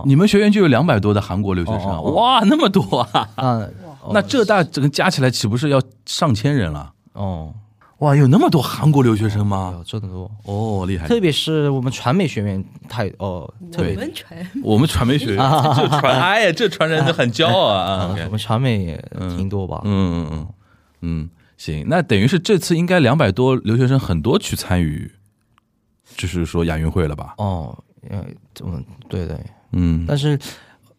B: 你们学院就有两百多的韩国留学生啊，
F: 哦哦哦哦
B: 哇，那么多啊！
F: 啊，
B: 那浙大整个加起来岂不是要上千人了？
F: 哦，
B: 哇，有那么多韩国留学生吗？
F: 有这么多，
B: 哦，厉害！
F: 特别是我们传媒学院太哦，特别
E: 我们全
B: 我们传媒学院这传， 哎呀，这传人都很骄傲 啊！
F: 我们传媒也挺多吧。
B: 嗯嗯嗯嗯，行，那等于是这次应该两百多留学生很多去参与，就是说亚运会了吧？
F: 哦，呃，怎么对对，
B: 嗯，
F: 但是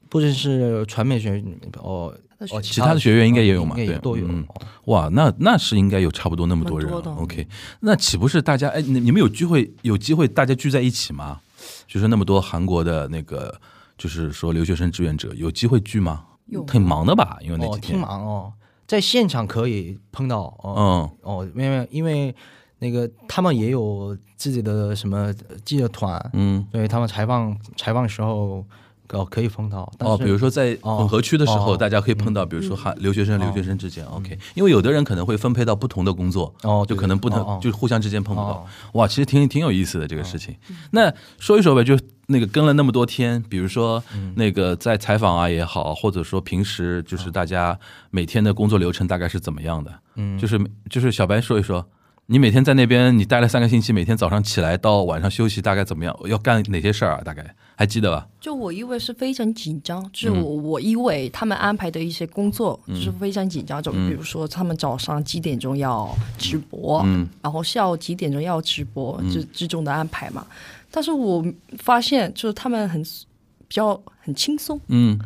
F: 不仅是传媒学院哦哦，
B: 其他的学院应该也有嘛
F: 应该
B: 对
F: 也都有。
B: 嗯哇，那那是应该有差不多那么多人啊
E: 蛮多的
B: OK，那岂不是大家哎，你你们有机会有机会大家聚在一起吗？就是那么多韩国的那个，就是说留学生志愿者有机会聚吗？
E: 有
B: 挺忙的吧？因为那
F: 哦，
B: 几
F: 挺
B: 天，
F: 忙哦，在现场可以碰到哦。
B: 嗯，
F: 哦，因为因为那个他们也有自己的什么呃记者团，
B: 嗯，
F: 所以他们采访采访时候哦可以碰到，但是
B: 哦，比如说在
F: 哦
B: 混合区的时候，
F: 哦
B: 大家可以碰到，比如说哈留学生、留学生之间，OK，因为有的人可能会分配到不同的工作，
F: 哦
B: 就
F: 对
B: 可能不
F: 哦
B: 能
F: 哦
B: 就是互相之间碰不到
F: 哦。
B: 哇，其实挺挺有意思的这个事情。那说一说呗，就那个跟了那么多天，比如说
F: 嗯
B: 那个在采访啊也好，或者说平时
F: 哦
B: 就是大家每天的工作流程大概是怎么样的？嗯，就是就是小白说一说。你每天在那边，你待了三个星期，每天早上起来到晚上休息，大概怎么样？要干哪些事儿啊？大概还记得吧？
E: 就我因为是非常紧张， 就是我、我因为他们安排的一些工作、就是非常紧张，就比如说他们早上几点钟要直播，然后下午几点钟要直播，这这种的安排嘛。但是我发现就是他们很比较很轻松，
B: 嗯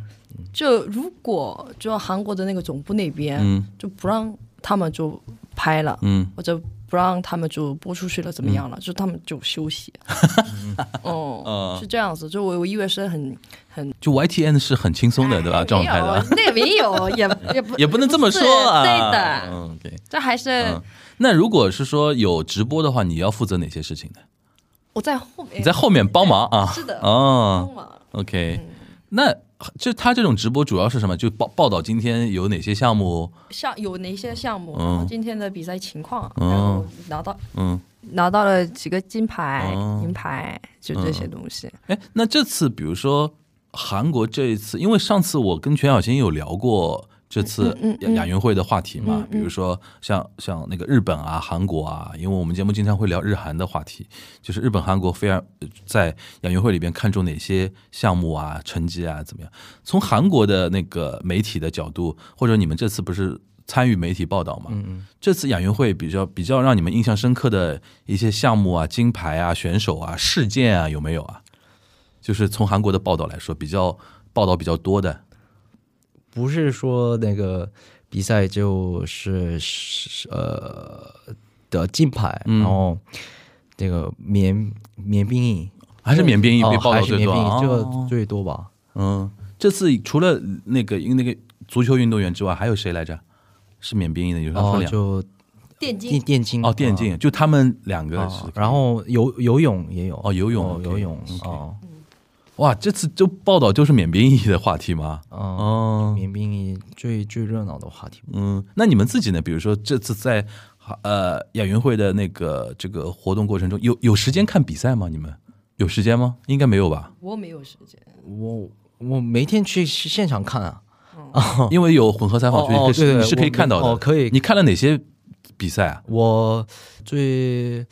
E: 就如果就韩国的那个总部那边、
B: 嗯
E: 就不让他们就拍了，
B: 嗯，
E: 或者不让他们就播出去了，怎么样了？就他们就休息。
B: 嗯
E: 哦、是这样子。就我我以为是很很
B: 就 YTN 是很轻松的，对吧？状态的，
E: 哎没有那个没有，也也不
B: 也不能这么
E: 是
B: 说啊。
E: 对的，
B: 嗯，OK。
E: 这还是、
B: 那如果是说有直播的话，你要负责哪些事情呢？
E: 我在后面
B: 你在后面帮忙啊？
E: 哎是的嗯
B: 哦
E: 嘛。
B: ，OK。那就他这种直播主要是什么？就报报道今天有哪些项目？
E: 像有哪些项目？
B: 嗯
E: 今天的比赛情况，
B: 嗯
E: 然后拿到
B: 嗯，
E: 拿到了几个金牌、
B: 嗯
E: 银牌，就这些东西。
B: 哎，那这次比如说韩国这一次，因为上次我跟全小新有聊过这次亚亚运会的话题嘛，比如说像像那个日本啊、韩国啊，因为我们节目经常会聊日韩的话题，就是日本、韩国非常呃在亚运会里边看重哪些项目啊、成绩啊怎么样？从韩国的那个媒体的角度，或者你们这次不是参与媒体报道嘛？这次亚运会比较比较让你们印象深刻的一些项目啊、金牌啊、选手啊、事件啊，有没有啊？就是从韩国的报道来说，比较报道比较多的，
F: 不是说那个比赛就是是呃得金牌，
B: 嗯
F: 然后这个免免兵役
B: 还是缅边一
F: 哦
B: 被报道
F: 还
B: 最
F: 是免
B: 多
F: 兵役
B: 啊。
F: 就
B: 哦
F: 最多吧。
B: 嗯，这次除了那个因为那个足球运动员之外，还有谁来着？是缅边的，有他说
F: 哦，
B: 两个
F: 就嗯
E: 电
F: 电
E: 竞
F: 电竞
B: 哦，电竞，就他们两个
F: 啊
B: 是。
F: 然后游游泳也有
B: 哦游泳
F: 哦
B: OK，
F: 游泳
B: OK
F: 哦
B: 哇，这次就报道就是缅边的话题吗？
F: 哦，
B: 哦，
F: 民兵役最最热闹的话题吧。
B: 嗯，那你们自己呢？比如说这次在呃亚运会的那个这个活动过程中，有有时间看比赛吗？你们有时间吗？应该没有吧，
E: 我没有时间，
F: 我我每天去现场看啊，
B: 因为有混合采访区，
F: 哦哦
B: 你是
F: 对
B: 你是可以
F: 我
B: 看到的。
F: 哦可以
B: 你看了哪些比赛啊？
F: 我最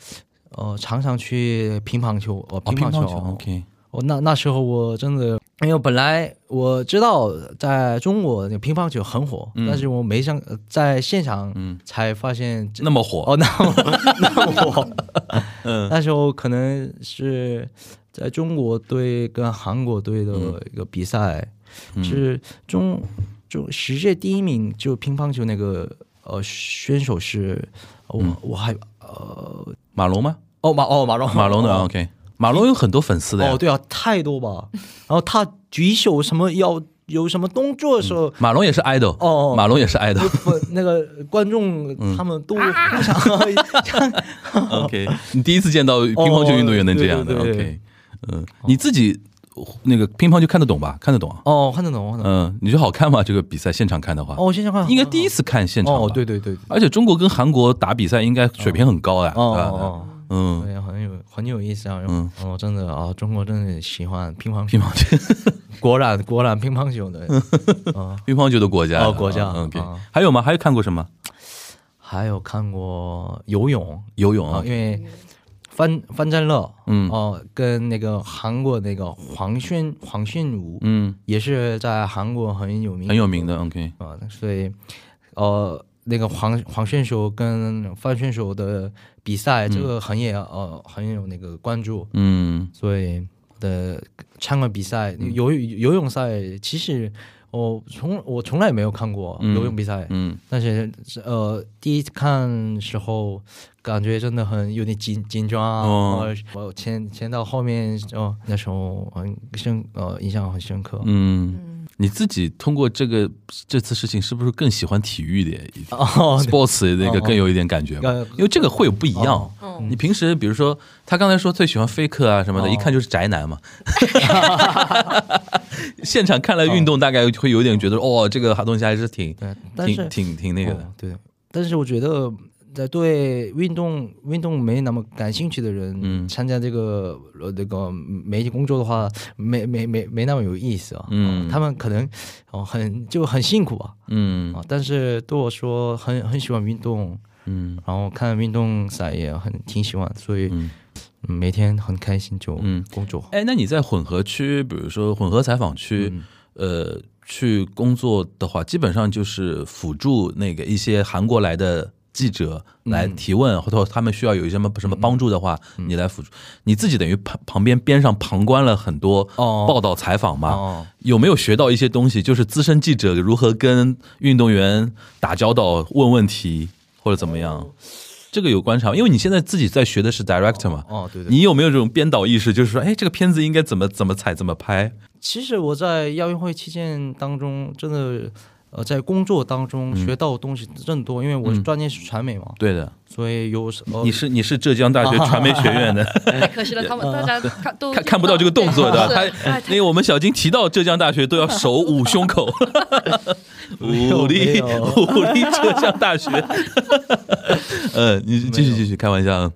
F: 呃常常去乒乓球，哦、
B: 哦
F: 乓
B: 乓
F: 球,、
B: ，OK，
F: 哦，那那时候我真的因为本来我知道在中国那个乒乓球很火，
B: 嗯
F: 但是我没想呃在现场才发现这
B: 那么火，
F: 哦，那我那我，
B: 嗯
F: 那时候可能是在中国队跟韩国队的
B: 嗯
F: 一个比赛，是中中世界第一名，就乒乓球那个呃选手是，我、
B: 嗯
F: 我还呃
B: 马龙吗？
F: 哦马哦马龙
B: 马龙的
F: 哦
B: OK，马龙有很多粉丝的呀
F: 哦，对啊，太多 吧，然后他举手什么要有什么动作的时候。
B: 马龙也是 idol，
F: 哦
B: 马龙也是 idol。
F: 不，那个观众
B: 嗯
F: 他们都互相
B: OK，你第一次见到乒乓球运动员能这样的
F: 哦对对
B: OK，嗯，你自己那个乒乓球看得懂吧？看得懂啊？
F: 哦，看得懂，看得懂。
B: 嗯，你觉得好看吗？这个比赛现场看的话，
F: 哦，现场看
B: 应该第一次看现场吧
F: 哦，对对对，对
B: 而且中国跟韩国打比赛应该水平很高呀，
F: 哦
B: 对吧
F: 哦，
B: 嗯，
F: 对，很有很有意思啊。嗯，哦，真的啊，中国真的喜欢乒乓
B: 乒
F: 球，
B: 乓嗯球，
F: 果然果然乒乓球的。
B: 乒乓球的国家
F: 哦国家
B: 嗯 OK，
F: 啊
B: 还有吗？还有看过什么？
F: 还有看过游泳
B: 游泳
F: 啊，
B: 啊
F: 因，为范范振乐，
B: 嗯
F: 哦，跟那个韩国那个黄炫黄炫武，
B: 嗯，
F: 也是在韩国很有名
B: 很有名的 OK，
F: 啊，所以呃，那个黄黄选手跟范选手的比赛，这个很也呃很有那个关注，
B: 嗯
F: 所以我的参观比赛游游泳赛，其实我从我从来没有看过游泳比赛，
B: 嗯，
F: 但是呃第一次看时候。感觉真的很有点紧紧张啊！
B: 哦
F: 我我前前到后面哦，那时候很深呃印象很深刻。
B: 嗯，你自己通过这个这次事情，是不是更喜欢体育的一
F: 哦，
B: sports 那个更有一点感觉吧
F: 呃？
B: 因为这个会有不一样
F: 哦。
B: 你平时比如说，他刚才说最喜欢 faker 啊什么的，
F: 哦
B: 一看就是宅男 嘛。 现场看了运动，大概会有点觉得，哦，这个东西还是挺
F: 对，但是
B: 挺挺挺那个的
F: 哦。对，但是我觉得在对运动运动没那么感兴趣的人，
B: 嗯
F: 参加这个呃这个媒体工作的话，没没没没那么有意思啊。
B: 嗯
F: 哦他们可能哦很就很辛苦啊
B: 嗯
F: 啊，但是对我说很很喜欢运动，
B: 嗯
F: 然后看运动赛也很挺喜欢，所以
B: 嗯。
F: 嗯每天很开心就
B: 嗯
F: 工作。
B: 哎，那你在混合区，比如说混合采访区，
F: 嗯
B: 呃，去工作的话，基本上就是辅助那个一些韩国来的记者来提问，或者他们需要有什么什么帮助的话，
F: 嗯
B: 你来辅助。你自己等于旁旁边边上旁观了很多
F: 哦
B: 报道采访嘛，
F: 哦
B: 有没有学到一些东西？就是资深记者如何跟运动员打交道、问问题或者怎么
F: 哦
B: 样？这个有观察吗，因为你现在自己在学的是 director 嘛，
F: 哦，对对。
B: 你有没有这种编导意识？就是说，哎，这个片子应该怎么怎么采，怎么拍？
F: 其实我在亚运会期间当中，真的呃，在工作当中
B: 嗯
F: 学到的东西真的多，因为我是专业是传媒嘛，
B: 对的，
F: 所以有时呃
B: 你是你是浙江大学传媒学院的，
E: 太可惜了，他们大家看都
B: 啊看看不到这个动作 的。
E: 哎
B: 他嗯那个我们小金提到浙江大学都要手捂胸口，武
F: 没
B: 力
F: 有
B: 武力浙江大 学。呃，你继续继续开玩笑啊，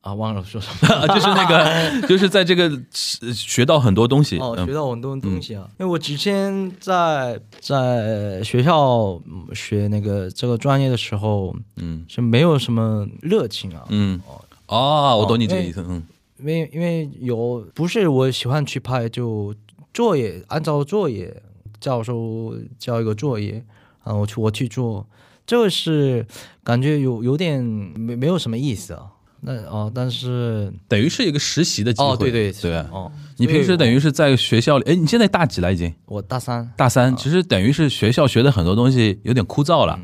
F: 啊忘了说什 么
B: 就是那 个就是在这个学学到很多东西。
F: 哦，学
B: 嗯
F: 到很多东西啊，因为我之前在在学校嗯学那个这个专业的时候
B: 嗯
F: 是没有什么热情啊，
B: 嗯哦，我懂你这个
F: 哦
B: 意思。嗯
F: 因为因为有不是我喜欢去拍，就作业按照作业，教授交一个作业，啊，我去我去做，这个是感觉有有点没没有什么意思啊。那哦，但是
B: 等于是一个实习的机会。
F: 哦，对对
B: 对啊。
F: 哦，
B: 你平时
F: 所以
B: 等于是在学校里，哎，你现在大几了？已经
F: 我大三，
B: 大三，其实等于是学校学的很多东西有点枯燥
F: 嗯
B: 了，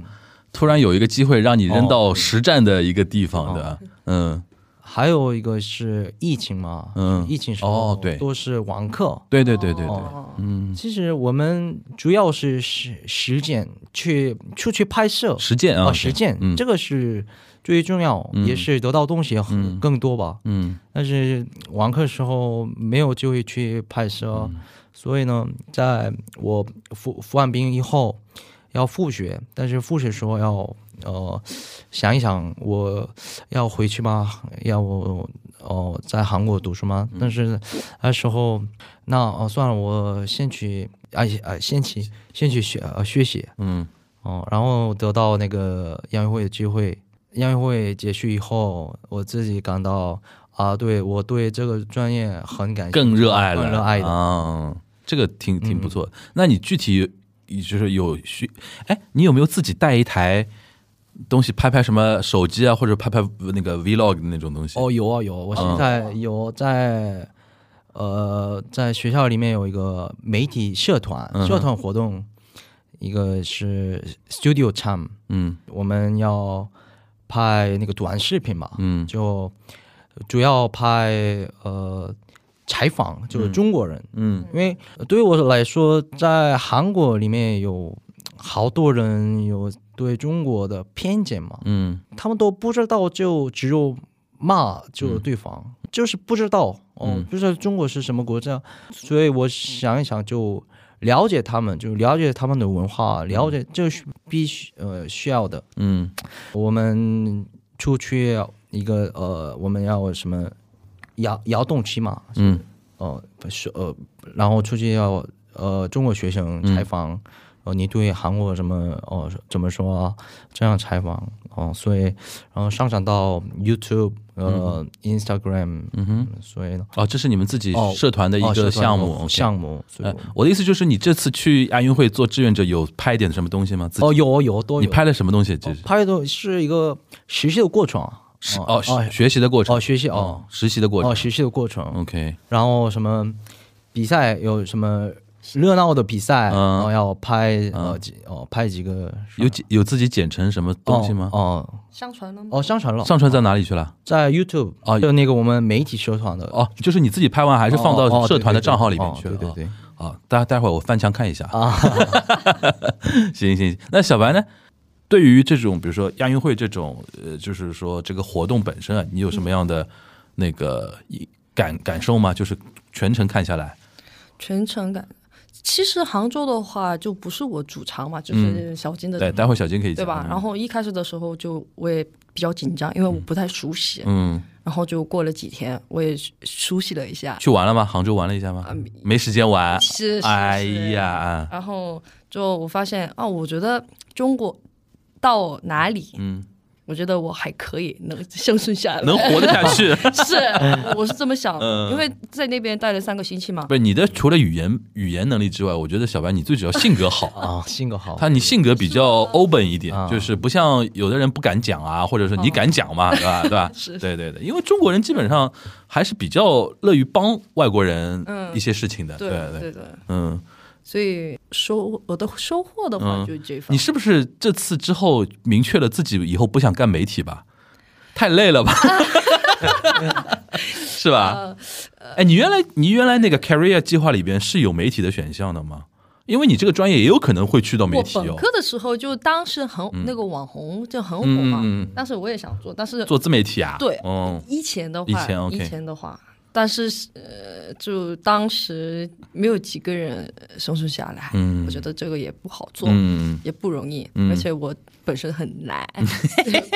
B: 突然有一个机会让你扔
F: 哦
B: 到实战的一个地方的，嗯，
F: 还有一个是疫情嘛，
B: 嗯
F: 疫情时候
B: 哦对嗯
F: 都是网课，
B: 对对对对对，
F: 哦其实我们主要是实实践去出去拍摄，
B: 实践啊，
F: 啊，实践、
B: 嗯
F: 这个是最重要，也是得到东西很更多吧。
B: 嗯
F: 但是网课时候没有机会去拍摄，
B: 嗯
F: 所以呢，在我服服完兵以后要复学，但是复学时候要呃想一想，我要回去吗？要我哦、呃在韩国读书吗？
B: 嗯
F: 但是那时候那哦、呃算了，我先去哎哎先去先去学呃学习，
B: 嗯
F: 哦，然后得到那个亚运会的机会。亚运会结束以后，我自己感到啊，对我对这个专业很感兴趣
B: 更热爱了，
F: 更热爱的。嗯
B: 啊，这个挺挺不错的。那你具体有就是有需哎，你有没有自己带一台东西拍拍什么手机啊，或者拍拍那个 vlog 的那种东西？
F: 哦，有啊有，我现在有在、呃，在学校里面有一个媒体社团，社团活动，一个是 Studio Time，
B: 嗯
F: 我们要拍那个短视频嘛，
B: 嗯
F: 就主要拍呃采访，就是中国人，
B: 嗯
F: 因为对于我来说，在韩国里面有好多人有对中国的偏见嘛，
B: 嗯
F: 他们都不知道，就只有骂就对方，就是不知道哦，
B: 嗯
F: 不知道中国是什么国家，所以我想一想就了解他们，就了解他们的文化，了解这是必须呃需要的。
B: 嗯
F: 我们出去一个呃，我们要什么摇摇动期嘛，
B: 嗯
F: 哦、不是呃，然后出去要呃中国学生采访，
B: 嗯
F: 呃，你对韩国什么哦、怎么说啊？这样采访哦、所以然后上传到 YouTube 呃、Instagram，嗯哼，所以呢，
B: 哦，这是你们自己
F: 哦
B: 社团的一
F: 哦
B: 个
F: 社团
B: 项目、
F: 哦
B: OK
F: 项目，所以
B: 哎
F: 我。，
B: 我的意思就是，你这次去亚运会做志愿者，有拍点什么东西吗？自己
F: 哦，有有都有，哦
B: 你拍了什么东西？这是
F: 拍的是一个实习的过程，
B: 是
F: 哦
B: 哦，是学习的过程
F: 哦学习哦
B: 实习的过
F: 哦
B: 程。
F: 实习的过程，
B: OK，
F: 然后什么比赛有什么热闹的比赛，
B: 嗯
F: 然后要拍呃几哦拍几个
B: 有剪有自己剪成什么东西吗？
F: 哦
E: 上传了吗？
F: 哦上传了，
B: 上传到哪里去了？
F: 在 YouTube
B: 哦
F: 就那个我们媒体社团的，
B: 哦，就是你自己拍完还是放
F: 哦哦
B: 到
F: 对
B: 社团的
F: 对对
B: 账号里面去
F: 哦
B: 了？
F: 对对对
B: 哦。啊，待待会儿我翻墙看一下啊。 行行行，那小白呢？对于这种比如说亚运会这种呃，就是说这个活动本身啊，你有什么样的那个一感感受吗？就是全程看下来，
E: 全程感。其实杭州的话就不是我主场嘛，就是小金的，
B: 嗯对，待会儿小金可以
E: 嗯对吧
B: 讲？嗯
E: 然后一开始的时候就我也比较紧张，因为我不太熟悉，
B: 嗯，
E: 然后就过了几天我也熟悉了一下，
B: 去玩了吗？杭州玩了一下吗？没时间玩。
E: 嗯是是是
B: 哎呀，
E: 然后就我发现啊，我觉得中国到哪里，
B: 嗯，
E: 我觉得我还可以能生存下来，
B: 能嗯活得下去。
E: 是，我是这么想的，因为在那边待了三个星期嘛
B: 不，是你的，除了语言语言能力之外，我觉得小白你最主要性格好。
F: 啊性格好，
B: 他你性格比较 open 一点，
F: 啊
B: 就是不像有的人不敢讲啊，或者说你敢讲 嘛，对吧？对吧？
E: 是
B: 对对对，因为中国人基本上还是比较乐于帮外国人
E: 嗯
B: 一些事情的，
E: 对
B: 对
E: 对对，
B: 嗯。
E: 所以收我的收获的话
B: 嗯
E: 就是这一方
B: 你。是不是这次之后明确了自己以后不想干媒体吧？太累 了吧，是吧？
E: 呃
B: 哎，你原来你原来那个 career 计划里边是有媒体的选项的吗？因为你这个专业也有可能会去到媒
E: 我
B: 体
E: 本
B: 哦，嗯
E: 科的时候就当时很、那个网红就很火嘛，
B: 嗯嗯嗯
E: 但是我也想做，但是
B: 做自媒体啊。
E: 对
B: 嗯，
E: 以前的话，
B: 以前，OK
E: 的话，但是呃，就当时没有几个人呃生存下来，
B: 嗯
E: 我觉得这个也不好做，
B: 嗯
E: 也不容易，
B: 嗯
E: 而且我本身很 难，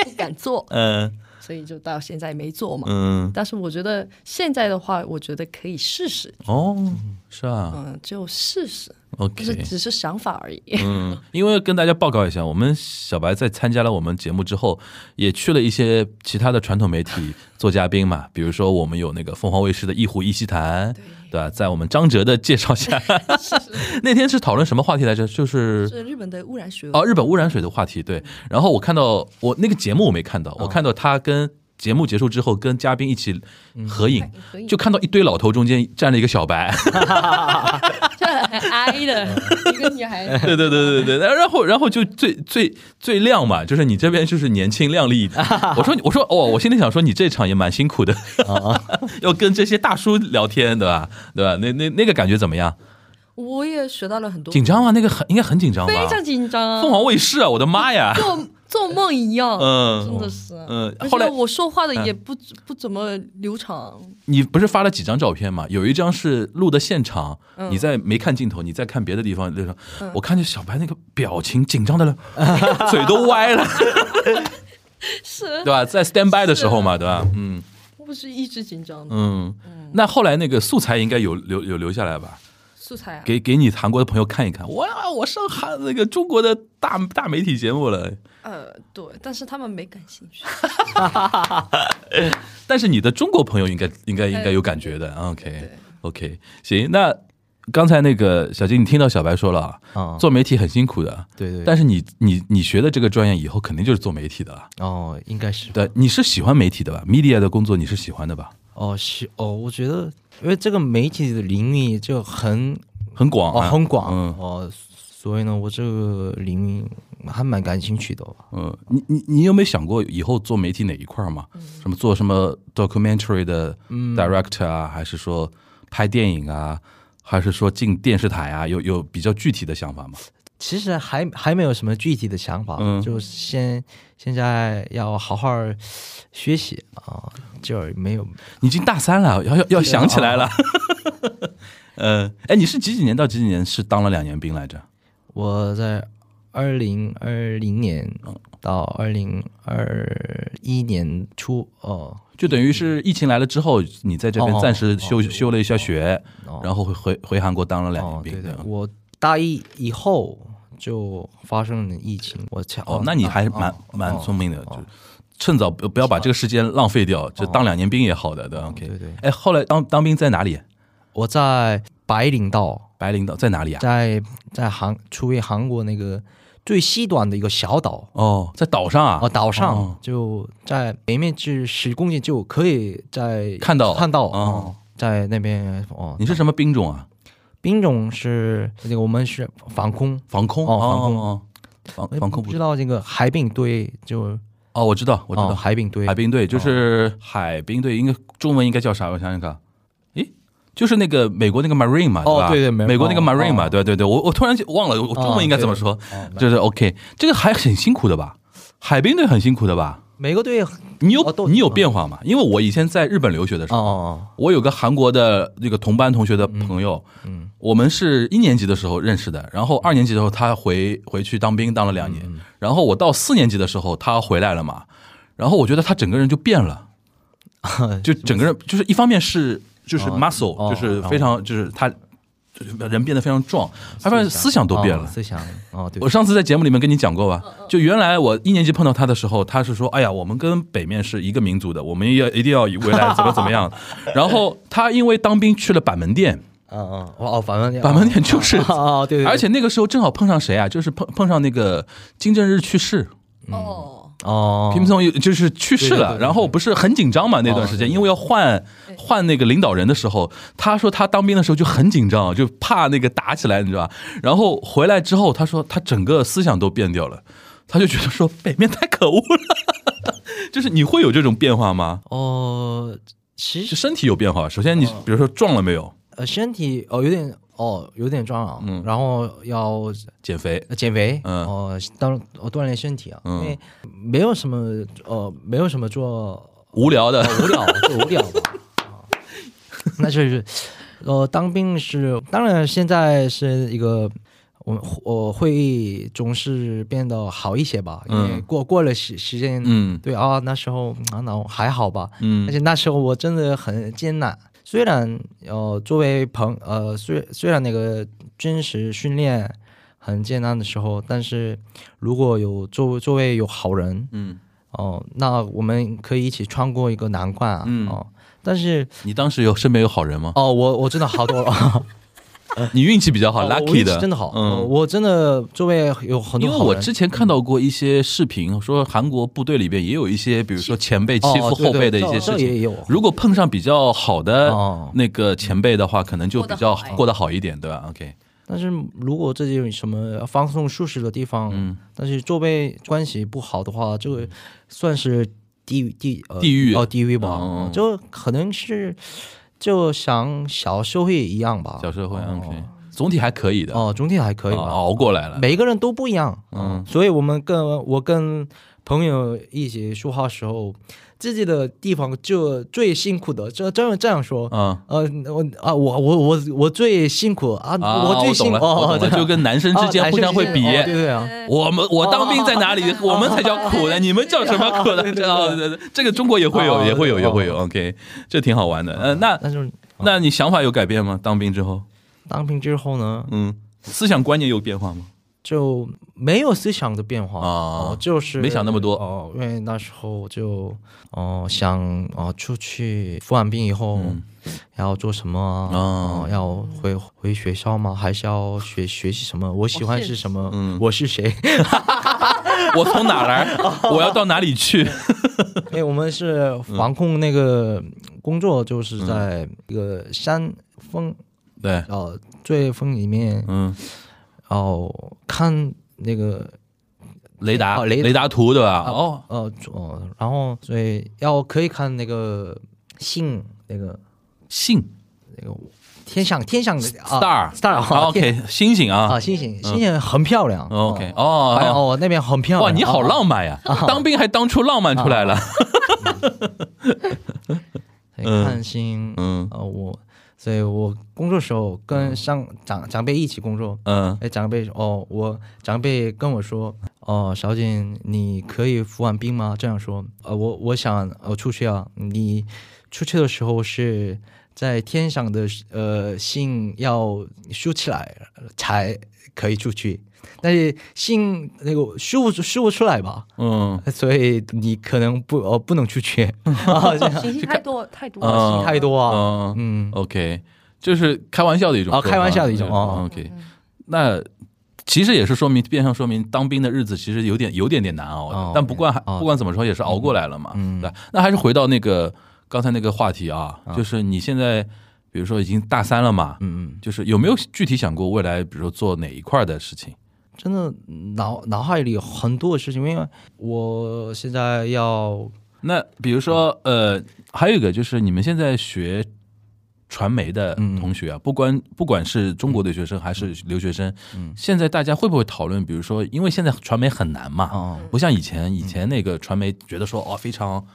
E: 不敢做，
B: 嗯
E: 所以就到现在没做嘛。
B: 嗯，
E: 但是我觉得现在的话，我觉得可以试试，
B: 哦，是啊
E: 嗯，就试试，
B: ，OK，
E: 就是只是想法而已。
B: 嗯，因为跟大家报告一下，我们小白在参加了我们节目之后，也去了一些其他的传统媒体做嘉宾嘛，比如说我们有那个凤凰卫视的《一湖一西谈》，对吧？在我们张哲的介绍 下，那天是讨论什么话题来着？就是嗯
E: 是日本的污染水
B: 哦，日本污染水的话题，对。然后我看到我那个节目我没看到，我看到他跟节目结束之后跟嘉宾一起嗯合影，
E: 合影
B: 就看到一堆老头中间站了一个小白。
E: 就很哀哎的
B: 嗯
E: 一个女孩 子，
B: 对对对对对，然后然后就最最最亮嘛，就是你这边就是年轻靓丽一点。我说我说哦，我心里想说你这场也蛮辛苦的， 要跟这些大叔聊天，对吧？对吧？那那那个感觉怎么样？
E: 我也学到了很多，
B: 紧张吗？那个很应该很紧张吧？
E: 非常紧张啊，
B: 凤凰卫视啊，我的妈 呀！
E: 做做梦一样，
B: 嗯
E: 真的是，
B: 嗯
E: 而且
B: 后来嗯
E: 我说话的也不、不怎么流畅，
B: 你不是发了几张照片吗？有一张是录的现场，
E: 嗯
B: 你在没看镜头，你在看别的地方。那种，我看见小白那个表情紧张的了， 嘴都歪了，
E: 是
B: 对，吧？在 stand by 的时候嘛，对吧？嗯。
E: 我不是一直紧张的、
B: 嗯，那后来那个素材应该有留有留下来吧？
E: 素材啊，
B: 给给你韩国的朋友看一看，哇，我上韩那个中国的大大媒体节目了。
E: 呃，对，但是他们没感兴趣，
B: 但是你的中国朋友应该应该应该有感觉的。
E: 哎对
B: OK OK，行，那刚才那个小金，你听到小白说了啊，
F: 啊，
B: 做媒体很辛苦的，
F: 对对，
B: 但是你你你学的这个专业以后肯定就是做媒体的了。
F: 哦，应该是
B: 对，你是喜欢媒体的吧？media 的工作你是喜欢的吧？
F: 哦是哦，我觉得因为这个媒体的领域就很
B: 很广、
F: 哦
B: 啊，
F: 很广
B: 嗯
F: 哦，所以呢，我这个领域还蛮感兴趣的哦吧。
B: 嗯，你你你有没有想过以后做媒体哪一块儿吗？
F: 嗯
B: 什么做什么 documentary 的 director 啊，还是说拍电影啊，还是说进电视台啊？有有比较具体的想法吗？
F: 其实还还没有什么具体的想法，
B: 嗯
F: 就先现在要好好学习啊，就没有
B: 你已经大三了，要要要
F: 啊
B: 想起来了。 呃，哎，你是几几年到几几年是当了两年兵来着？
F: 我在二零二零年
B: 嗯
F: 到二零二一年初哦
B: 就等于是疫情来了之后，你在这边
F: 哦
B: 暂时
F: 哦
B: 休、
F: 对
B: 休了一下学，
F: 哦
B: 然后回回回韩国当了两
F: 哦
B: 年兵。
F: 对对
B: 嗯，
F: 我大一以后就发生了疫情，我操
B: 哦，那你还蛮、
F: 哦
B: 蛮聪明的，
F: 哦
B: 就趁早不不要把这个时间浪费掉，就当两年兵也好的，对吧
F: 哦对
B: ？OK。
F: 对，
B: 哎，后来当当兵在哪里？
F: 我在白领岛，
B: 白领岛在哪里啊？
F: 在在韩处于韩国那个最西端的一个小岛。
B: 哦，在岛上啊。
F: 哦，岛上、
B: 哦
F: 就在北面至十公里就可以在
B: 看到
F: 看到
B: 哦
F: 哦，在那边哦。
B: 你是什么兵种啊？
F: 兵种是呃那个我们是防空，
B: 防空
F: 哦防空哎
B: 哦哦防防空
F: 不
B: 部
F: 知
B: 队。
F: 道这个海兵队就
B: 哦，我知道，我知
F: 哦
B: 道，
F: 海兵哦队
B: 海兵队就是海兵队，应该中文应该叫啥？我想想看，诶，就是那个美国那个 Marine 嘛，
F: 哦
B: 吧？
F: 对对美
B: 美国那个
F: 哦
B: Marine 嘛，
F: 哦
B: 对对对，我我突然就忘了，我中文应该怎么说？就是 OK，这个还很辛苦的吧？海兵队很辛苦的吧？
F: 每个队哦
B: 你有
F: 哦都
B: 你有变化吗？因为我以前在日本留学的时
F: 哦
B: 候，
F: 哦
B: 我有个韩国的那个同班同学的朋友，嗯，我们是一年级的时候认识的，然后二年级的时候他回回去当兵当了两年，
F: 嗯
B: 然后我到四年级的时候他回来了嘛，然后我觉得他整个人就变 了，就整个人就是一方面是就是 muscle，、
F: 哦
B: 就是非常、就是他就是人变得非常壮，他发现思想都变了。
F: 哦思想哦对嗯
B: 我上次在节目里面跟你讲过吧，就原来我一年级碰到他的时候，他是说：“哎呀，我们跟北面是一个民族的，我们要一定要以未来怎么怎么 样。”然后他因为当兵去了板门店，
F: 嗯嗯哦哦反正
B: 板门店就是，
F: 哦哦对对，对
B: 而且那个时候正好碰上谁啊？就是碰碰上那个金正日去世，
E: 哦，
F: 哦
B: 金正日就是去世
F: 对对对
B: 了，
F: 对哦
B: 然后不是很紧张嘛？那段时间，因为要换换那个领导人的时候，他说他当兵的时候就很紧张，就怕那个打起来，你知道吧？然后回来之后，他说他整个思想都变掉了，他就觉得说北面太可恶了。 就是你会有这种变化吗？
F: 哦其
B: 就
F: 实
B: 身体有变化，首先你
F: 哦
B: 比如说壮了没有？
F: 呃身体哦有点哦有点壮啊，
B: 嗯
F: 然后要
B: 减肥，
F: 呃减肥，
B: 嗯
F: 哦，当哦锻炼身体啊，
B: 嗯
F: 因为没有什么呃，没有什么做
B: 无聊的
F: 呃，无聊 就无聊吧，啊 那就是呃当兵是，当然现在是一个。我我会总是变得好一些吧，因为
B: 嗯
F: 过过了时时间，
B: 嗯
F: 对啊，那时候啊，那我还好吧，
B: 嗯
F: 而且那时候我真的很艰难。虽然呃，作为朋呃，虽虽然那个军事训练很艰难的时候，但是如果有作作为有好人
B: 嗯，
F: 哦、那我们可以一起穿过一个难关啊。
B: 嗯
F: 哦，但是
B: 你当时有身边有好人吗？
F: 哦，我我真的 好多了，哦
B: 你运气比较好
F: 我我
B: ，lucky
F: 运气
B: 的，
F: 真的好，
B: 嗯
F: 我，我真的作为有很
B: 因
F: 多
B: 为
F: 好
B: 我
F: 人嗯
B: 之前看到过一些视频，说韩国部队里边也有一些，比如说前辈欺负后辈的一些事
F: 哦对对这这也
B: 情
F: 有。
B: 如果碰上比较好的
F: 哦
B: 那个前辈的话，可能就比较
E: 过得好
B: 过得好一点，对吧？OK，
F: 但是如果这有什么放松舒适的地方，
B: 嗯
F: 但是座位关系不好的话，这个算是地域地、呃、
B: 地域
F: 哦地域吧，
B: 哦
F: 就可能是就像小社会一样吧，
B: 小社会 OK，
F: 哦
B: 总体还可以的，
F: 哦，总体还可以吧，
B: 哦熬过来了。
F: 每个人都不一样，
B: 嗯
F: 所以我们跟我跟朋友一起说话的时候，自己的地方就最辛苦的，这这样这样说。
B: 嗯
F: 呃，我啊，我我我我最辛苦啊，
B: 啊，
F: 我最
B: 我
F: 辛
B: 懂
F: 苦，
B: 了，
F: 哦
B: 我懂了，就跟男生之间互相会比
F: 哦。对哦对啊，
B: 我们我当兵在哪里？我们才叫苦呢，你们叫什么苦呢？哦对对对这个中国也会有，
F: 哦
B: 也会有，也会有。
F: 哦
B: OK，这挺好玩的。嗯，那
F: 但是
B: 那你想法有改变吗？当兵之后，
F: 当兵之后呢，
B: 嗯，思想观念有变化吗？
F: 就没有思想的变化
B: 啊
F: 哦就是
B: 没想那么多
F: 哦，因为那时候就哦想哦出去服完兵以后、要做什么啊？
B: 嗯啊
F: 哦要回回学校吗？还是要学学习什么？我喜欢是什么？
B: 嗯
F: 我是谁？
B: 我从哪来，我要到哪里 去？
F: 因为我们是
B: 嗯
F: 防控那个工作，就是在一个山峰
B: 对，
F: 哦最峰里面
B: 嗯，
F: 哦看那个
B: 雷达
F: 哦雷达
B: 雷达图对吧？哦，
F: 哦哦，然后所以要可以看那个星那个
B: 信
F: 那个天上天上的啊
B: star
F: star 啊
B: 啊
F: 天
B: ，OK，星星啊
F: 啊星星星星很漂亮
B: 哦，OK，哦
F: 哎
B: 哦
F: 哦那边很漂亮
B: 哇，你好
F: 哦
B: 浪漫呀！当兵还当出浪漫出来了，
F: 可以看星
B: 嗯
F: 呃我所以我工作时候跟上长长辈一起工作
B: 嗯
F: 哎，长辈哦，我长辈跟我说，哦，小姐，你可以服完兵吗？这样说，呃，我我想呃出去啊，你出去的时候是在天上的呃信要竖起来呃才可以出去，但是信那个竖竖不出来吧，
B: 嗯，
F: 所以你可能不呃不能出 去， 啊，这样
E: 信息太多太多
B: 嗯
E: 了，
F: 太多啊，
B: 嗯
F: 嗯，
B: OK，就是开玩笑的一种说
F: 啊
B: 法
F: 开玩笑的一种
B: 对
F: 哦
B: OK，那其实也是说明变相说明当兵的日子其实有点有点点难熬的，
F: 哦
B: 但不管还、
F: 哦
B: 不管怎么说也是熬过来了嘛。嗯，对。那还是回到那个刚才那个话题啊，就是你现在比如说已经大三了嘛，
F: 嗯嗯，
B: 就是有没有具体想过未来，比如说做哪一块的事情？
F: 真的脑脑海里有很多事情，因为我现在要。
B: 那比如说，呃，还有一个就是你们现在学传媒的同学啊，不管不管是中国的学生还是留学生，现在大家会不会讨论，比如说，因为现在传媒很难嘛，
F: 哦
B: 不像以前，以前那个传媒觉得说哦非常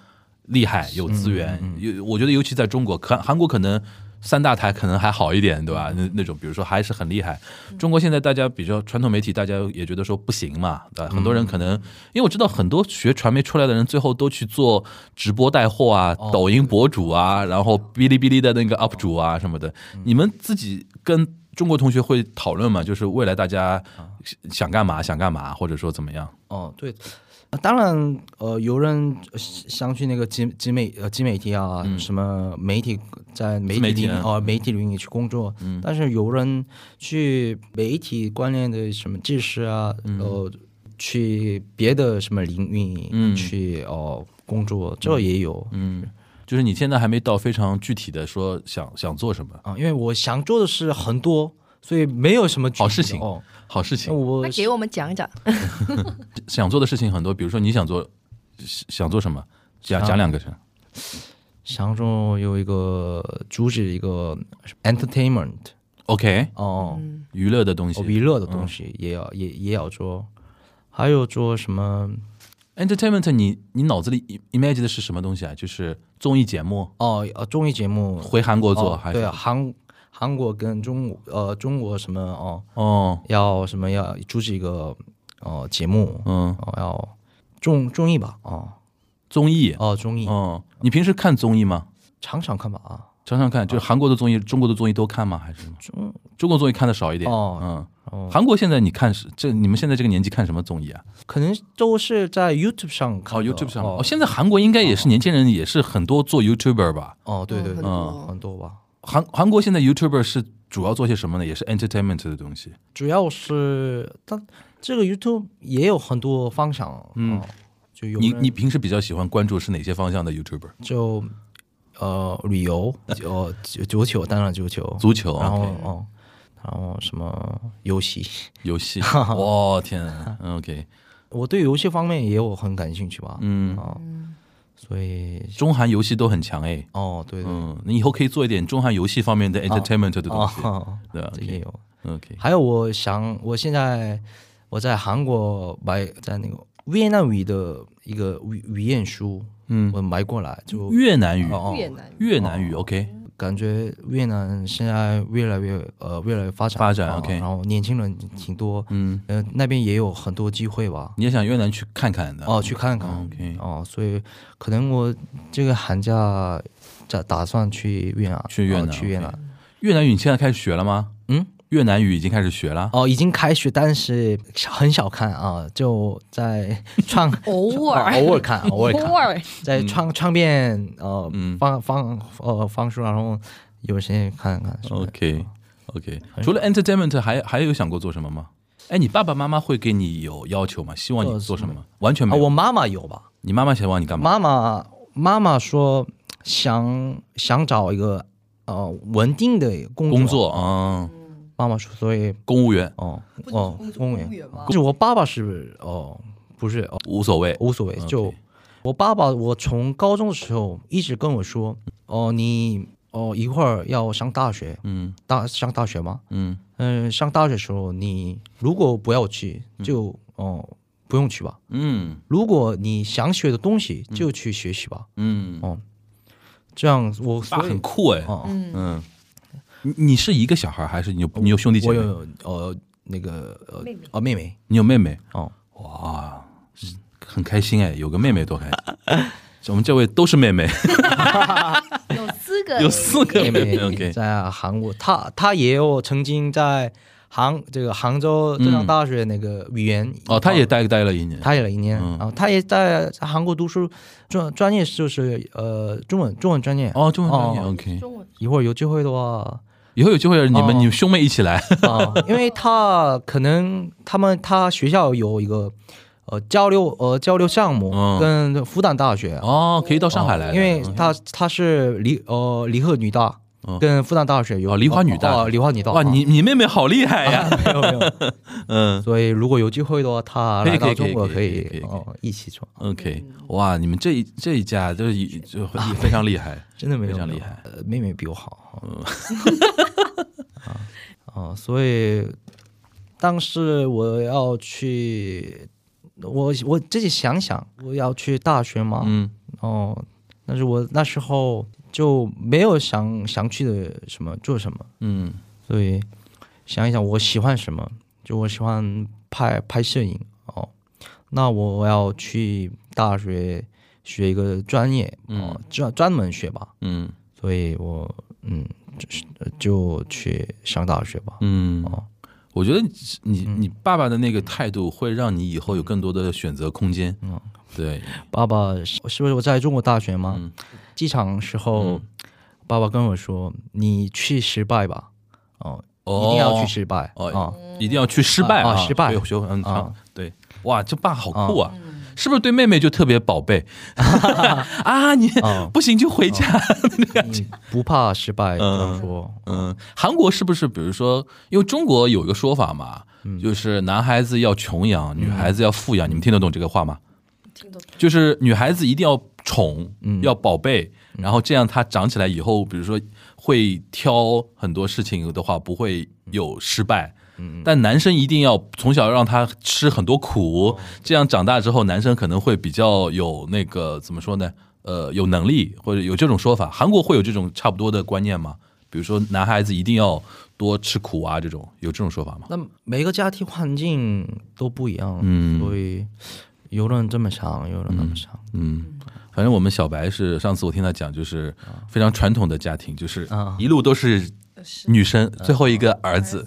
B: 厉害，有资源，有、我觉得尤其在中国，可韩国可能。三大台可能还好一点，对吧？那那种，比如说还是很厉害。中国现在大家比较传统媒体，大家也觉得说不行嘛，对吧？很多人可能，因为我知道很多学传媒出来的人，最后都去做直播带货啊、抖音博主啊，然后哔哩哔哩的那个 UP 主啊什么的。你们自己跟中国同学会讨论嘛？就是未来大家想干嘛，想干嘛，或者说怎么样？
F: 哦，对，呃当然，呃，有人呃想去那个集集美呃集媒体啊，
B: 嗯
F: 什么媒体在媒
B: 自
F: 体
B: 媒体
F: 领域
B: 啊嗯
F: 哦、媒体领域去工作，但是有人去媒体关联的什么知识啊，
B: 嗯
F: 呃，去别的什么领域、
B: 嗯
F: 去哦、工作，这也有，嗯
B: 就是你现在还没到非常具体的说想想做什么
F: 啊、因为我想做的事很多，所以没有什么具
B: 好
F: 体
B: 事
F: 的
B: 情
F: 哦，
B: 好事
F: 那
B: 情，
F: 我
E: 那给我们讲讲，
B: 想做的事情很多，比如说你想做想做什么，讲
F: 想
B: 讲两个是
F: 想中有一个主旨一个 entertainment
B: OK
F: 哦。
B: 娱乐的东西
F: 哦，娱乐的东西
B: 嗯
F: 也要、也也要做，还有做什么？
B: entertainment，你你脑子里 image 的是什么东西啊？就是综艺节目
F: 哦，呃，综艺节目
B: 回韩国做
F: 哦
B: 还是
F: 对韩韩国跟中国呃中国什么哦，
B: 哦
F: 要什么要主持一个哦节目，
B: 嗯
F: 哦要综综艺吧，哦
B: 综艺
F: 哦综艺、
B: 哦，你平时看综艺吗？
F: 常常看吧啊，
B: 常常看，就是韩国的综艺、中国的综艺都看吗？还是什么
F: 中
B: 中国综艺看的少一点？
F: 哦
B: 嗯，
F: 哦
B: 韩国现在你看是这你们现在这个年纪看什么综艺啊？
F: 可能都是在 YouTube 上看
B: 哦
F: 的
B: ，YouTube 上
F: 哦
B: 哦，现在韩国应该也是年轻人，也是很多做 YouTuber 吧？
F: 哦对对
E: 嗯
F: 对，
E: 嗯
F: 很多吧。
B: 韩韩国现在 YouTuber 是主要做些什么呢？也是 entertainment 的东西。
F: 主要是它这个 YouTube 也有很多方向，嗯，就有
B: 你
F: 人
B: 你平时比较喜欢关注是哪些方向的 YouTuber？
F: 就呃旅游，呃足足球当然足球，
B: 足球，
F: 然后
B: OK
F: 哦，然后什么游戏，
B: 游 戏。哇天啊嗯，OK，
F: 我对游戏方面也有很感兴趣吧，
B: 嗯，
F: 哦，所以
B: 中韩游戏都很强哎。
F: 哦对对
B: 嗯，你以后可以做一点中韩游戏方面的 entertainment 的东西。
F: 哦，
B: 对啊
F: 这也有，
B: ，OK，
F: 还有我想我现在我在韩国买在那个越南语的一个语语言书，
B: 嗯
F: 我买过来就
B: 越南语，
F: 哦
E: 越南
B: 越南语，OK，
F: 感觉越南现在越来越呃越来越发展
B: 发展
F: 啊
B: OK
F: 然后年轻人挺多，
B: 嗯，
F: 呃那边也有很多机会吧，
B: 你也想越南去看看的？
F: 哦去看看、
B: 嗯 OK
F: 哦，所以可能我这个寒假打打算去越南，
B: 去越南
F: 哦去越
B: OK
F: 南，
B: 越南语你现在开始学了吗？
F: 嗯，
B: 越南语已经开始学了。
F: 哦，已经开学，但是很少看啊，就在创
E: 偶尔
F: 呃偶 尔
B: 啊
F: 看，偶尔看，
E: 偶尔
F: 在
B: 嗯
F: 创创变呃方方呃方书，然后有时间看看。是的
B: OK OK，除了 entertainment 还还有想过做什么吗？哎，你爸爸妈妈会给你有要求吗？希望你做什么吗？完全
F: 啊，
B: 没有。
F: 我妈妈有吧？
B: 你妈妈想让你干嘛？
F: 妈妈妈妈说想想找一个呃稳定的工
B: 工作啊，嗯
F: 妈妈说，所以
B: 公务员
F: 哦哦
E: 工，作
F: 公务
E: 公务员
F: 员
E: 吗。
F: 就是我爸爸是哦，不是哦，
B: 无所谓。
F: 无所谓。就我爸爸，我从高中的时候一直跟我说，哦，你哦一会儿要上大学，
B: 嗯
F: 大上大学吗？
B: 嗯
F: 嗯，上大学的时候，你如果不要去，就哦不用去吧。
B: 嗯
F: 如果你想学的东西，就去学习吧。
B: 嗯，
F: 哦，这样我
B: 爸
F: 所以
B: 很酷哎。
F: 哦，
B: 嗯，你你是一个小孩还是你有你有兄弟姐
F: 我
B: 妹？
F: 有呃那个呃哦妹 妹
B: 你有妹妹？
F: 哦，
B: 哇，很开心哎，有个妹妹多开心。 我们这位都是妹妹，
A: 有四个
B: 有四个妹
F: 妹
B: 妹。
F: 妹
B: OK，
F: 在韩国，她她也有曾经在杭这个杭州浙江大学那个语言啊
B: 哦，她也待待了一年。
F: 她也了一年，
B: 嗯
F: 然后她也在韩国读书，专专业就是呃中文中文专业。
B: 哦，中文专业
F: 哦
B: OK。
E: 中文
F: 一会儿有机会的话，
B: 以后有机会你们
F: 哦
B: 你们兄妹一起来。
F: 啊，因为他可能他们他学校有一个呃交流呃交流项目
B: 嗯，
F: 跟复旦大学啊
B: 哦，可以到上海来
F: 哦
B: 了，
F: 因为他他是离呃离合女大
B: 嗯
F: 跟复旦大学有
B: 哦梨花女大
F: 哦哦梨啊花女大
B: 哇，
F: 啊
B: 你 你妹妹好厉害呀！
F: 没有没有，
B: 嗯
F: 所以如果有机会的话，他
B: 可以
F: 来
B: 可以
F: 到中国
B: 可
F: 可
B: 以可以可以
F: 以
B: 可以
F: 哦一起做，
B: ，OK，哇，你们这一这一家就是一就很非常厉害，
F: 真的没有
B: 非常厉害。
F: 没有呃妹妹比我好，
B: 嗯
F: 啊啊，所以当时我要去，我我自己想想，我要去大学嘛，
B: 嗯
F: 哦，但是我那时候就没有想想去的什么做什么，
B: 嗯
F: 所以想一想我喜欢什么，就我喜欢拍拍摄影哦，那我要去大学学一个专业哦，专专门学吧，
B: 嗯
F: 所以我嗯就是就去上大学吧，
B: 嗯
F: 哦，嗯
B: 我觉得你你爸爸的那个态度会让你以后有更多的选择空间。嗯，对，
F: 爸爸是是不是我在中国大学吗？
B: 嗯
F: 机场时候，
B: 嗯
F: 爸爸跟我说：“你去失败吧，哦，
B: 哦
F: 一定要去失败
B: 哦
F: 啊。
B: 一定要去失败
F: 啊啊失败哦
B: 学学很长
F: 啊。
B: 对，哇，这爸好酷啊！是不是对妹妹就特别宝 贝 啊？你
F: 啊
B: 不行就回家。
F: 你不怕失败，这样说，
B: 嗯，韩国是不是比如说，因为中国有一个说法嘛，就是男孩子要穷养，女孩子要富养，你们听得懂这个话吗？
E: 听懂。
B: 就是女孩子一定要宠，要宝贝，然后这样她长起来以后，比如说会挑很多事情的话，不会有失败。但男生一定要从小让他吃很多苦，这样长大之后，男生可能会比较有那个怎么说呢？呃，有能力或者有这种说法，韩国会有这种差不多的观念吗？比如说男孩子一定要多吃苦啊，这种有这种说法吗？
F: 那每个家庭环境都不一样，
B: 嗯
F: 所以有人这么想，有人那么想，
B: 嗯，反正我们小白是上次我听他讲，就是非常传统的家庭，就是
F: 啊
B: 一路都是女生，最后一个儿子，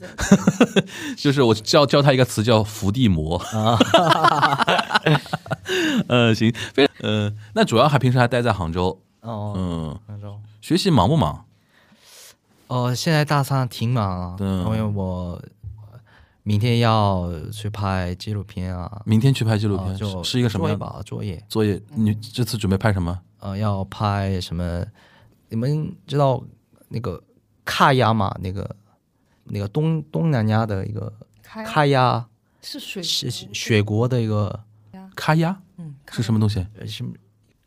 B: 就是我教教他一个词叫伏地魔。
F: 啊
B: 呃，行，非呃，那主要还平时还待在杭州，
F: 哦，
B: 嗯，
F: 那种。
B: 学习忙不忙？
F: 哦，现在大三挺忙啊，
B: 嗯
F: 因为我明天要去拍纪录片啊，
B: 明天去拍纪录
F: 啊
B: 片，
F: 就是
B: 是一个什么
F: 作业
B: 样的
F: 吧？作业，
B: 作业？你这次准备拍什么？
F: 呃，要拍什么？你们知道那个卡亚吗？那个那个东东南亚的一个
E: 开
F: 卡亚
E: 是水
F: 是是雪国的一个
B: 咖呀
E: 嗯
B: 是什么东西？
F: 呃什么？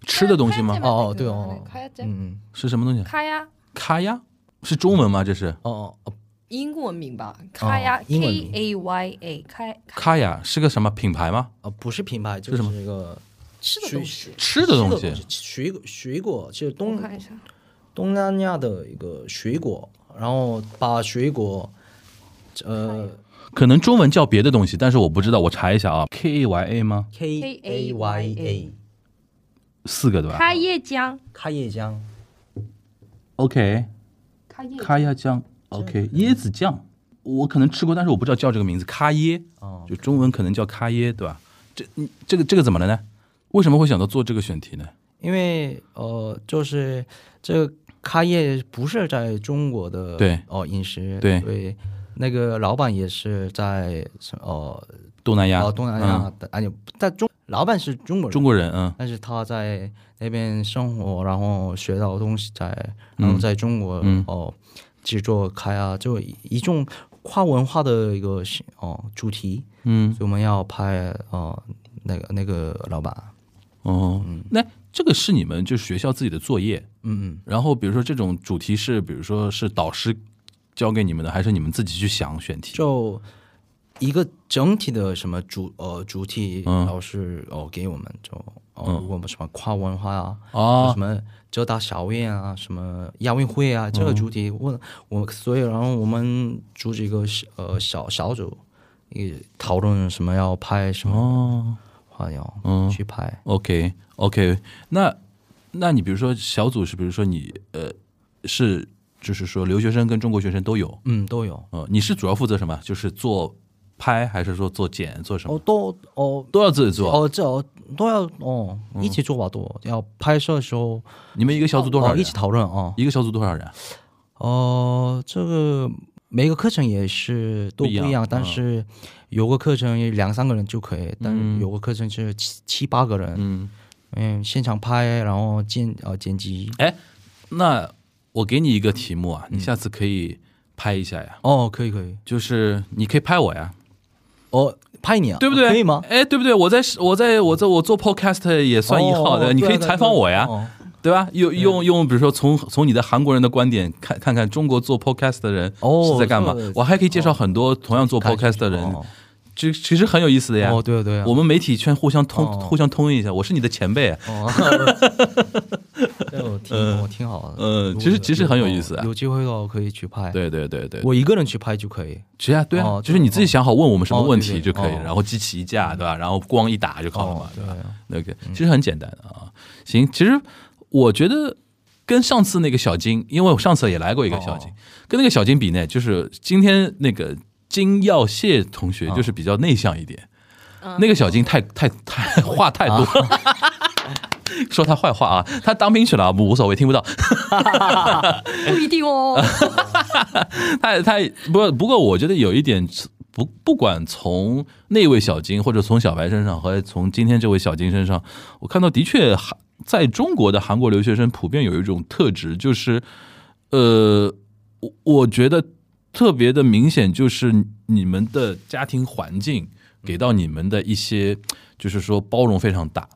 B: 吃的东西吗？
F: 哦哦对哦，
E: 开呀
F: 嗯，
B: 是什么东西？
E: 开呀，
B: 咖呀是中文吗？这是
F: 哦哦
E: 英文名吧，
B: 哦
E: 开呀
F: 英文
E: ，K
F: 名
E: A Y A，开
B: 咖呀是个什么品牌吗？
F: 哦，不是品牌，就是
B: 什么
F: 一个
E: 吃的东西。
B: 吃的东
F: 吃
B: 西
F: 的，水果水果，就是
E: 我
F: 东
E: 看一下，
F: 东南亚的一个水果，然后把水果，呃
B: 可能中文叫别的东西，但是我不知道，我查一下啊，K A Y A 吗？
F: ，K A Y A，
B: 四个对吧
E: 开叶姜，
F: 开叶姜，
B: ？OK，
E: 开叶
B: 咖椰酱，OK，椰子酱，我可能吃过，但是我不知道叫这个名字，咖椰，
F: 哦
B: 就中文可能叫咖椰，对吧？这嗯这个这个怎么了呢？为什么会想到做这个选题呢？
F: 因为呃，就是这个咖业不是在中国的
B: 对
F: 哦饮食
B: 对
F: 对，那个老板也是在哦
B: 东南亚，
F: 哦东南亚
B: 嗯，
F: 的，哎、嗯，在中老板是中国人，
B: 中国人，嗯
F: 但是他在那边生活，然后学到东西在，然后在中国、
B: 嗯
F: 哦制作开啊，就一种跨文化的一个哦主题，
B: 嗯
F: 所以我们要拍哦那个那个老板，
B: 哦，那这个是你们就是学校自己的作业，
F: 嗯嗯，
B: 然后比如说这种主题是，比如说是导师教给你们的，还是你们自己去想选题？
F: 就一个整体的什么主呃主题，
B: 嗯
F: 老师哦给我们就
B: 嗯
F: 哦如果我们什么跨文化啊，
B: 哦
F: 什么浙大校园啊，什么亚运会啊，这个主题，我我所以然后我们组织一个小呃小小组，也讨论什么要拍什么
B: 哦
F: 花样，
B: 嗯
F: 去拍。
B: ，OK OK，那那你比如说小组是，比如说你呃是就是说留学生跟中国学生都有，
F: 嗯，都有
B: 呃，你是主要负责什么？就是做拍还是说做剪做什么？
F: 哦，都哦
B: 都要自己做。
F: 哦，这哦都要哦一起做吧，都要拍摄的时候
B: 你们一个小组多少
F: 哦一
B: 人啊
F: 起？讨论哦。
B: 一个小组多少人？啊
F: 哦，这个每个课程也是都
B: 不
F: 不
B: 一
F: 一
B: 样
F: 样，但
B: 嗯
F: 是有个课程也两三个人就可以，但
B: 嗯
F: 是有个课程是七七八个人，
B: 嗯，
F: 嗯，现场拍，然后剪呃剪辑。
B: 哎，那我给你一个题目啊，
F: 嗯
B: 你下次可以拍一下呀，
F: 哦，可以可以，
B: 就是你可以拍我呀，
F: 哦，拍你啊，
B: 对不对？
F: 可以吗？
B: 哎，对不对？我在我在我在我做 podcast 也算一号
F: 哦
B: 的，
F: 哦
B: 你可以
F: 对啊
B: 采访我呀，
F: 对啊对啊
B: 对吧？用用用，比如说从从你的韩国人的观点看看看中国做 podcast 的人
F: 哦
B: 是在干嘛
F: 这个？
B: 我还可以介绍很多同样做
F: 哦看
B: podcast 的人，
F: 哦
B: 这其实很有意思的呀。
F: 哦，对啊对啊，
B: 我们媒体圈互相通
F: 哦
B: 互相通一下，我是你的前辈，啊
F: 哦， 对我挺我挺好的，
B: 嗯，其实其实很有意思啊
F: 有。机会的话可以去拍，，
B: 对对对对，
F: 我一个人去拍就可以。
B: 是啊，对啊
F: 哦，
B: 就是你自己想好问我们什么问
F: 哦
B: 题
F: 对
B: 就
F: 对
B: 可以，
F: 哦嗯
B: 然后机器一架，对吧？然后光一打就好了嘛
F: 哦，
B: 对
F: 对
B: 吧
F: 啊？
B: 那个其实很简单的啊。行，其实我觉得跟上次那个小金，因为我上次也来过一个小金，
F: 哦
B: 跟那个小金比呢，就是今天那个金耀燮同
F: 哦
B: 学就是比较内向一点，那个小金太太太 话太多了。 说他坏话啊，他当兵去了啊，无所谓，听不到。
E: 不一定哦。
B: 他他不过不过，我觉得有一点不不管从那位小金，或者从小白身上，和从今天这位小金身上，我看到的确韩在中国的韩国留学生普遍有一种特质，就是呃，我我觉得特别的明显，就是你们的家庭环境给到你们的一些，就是说包容非常大。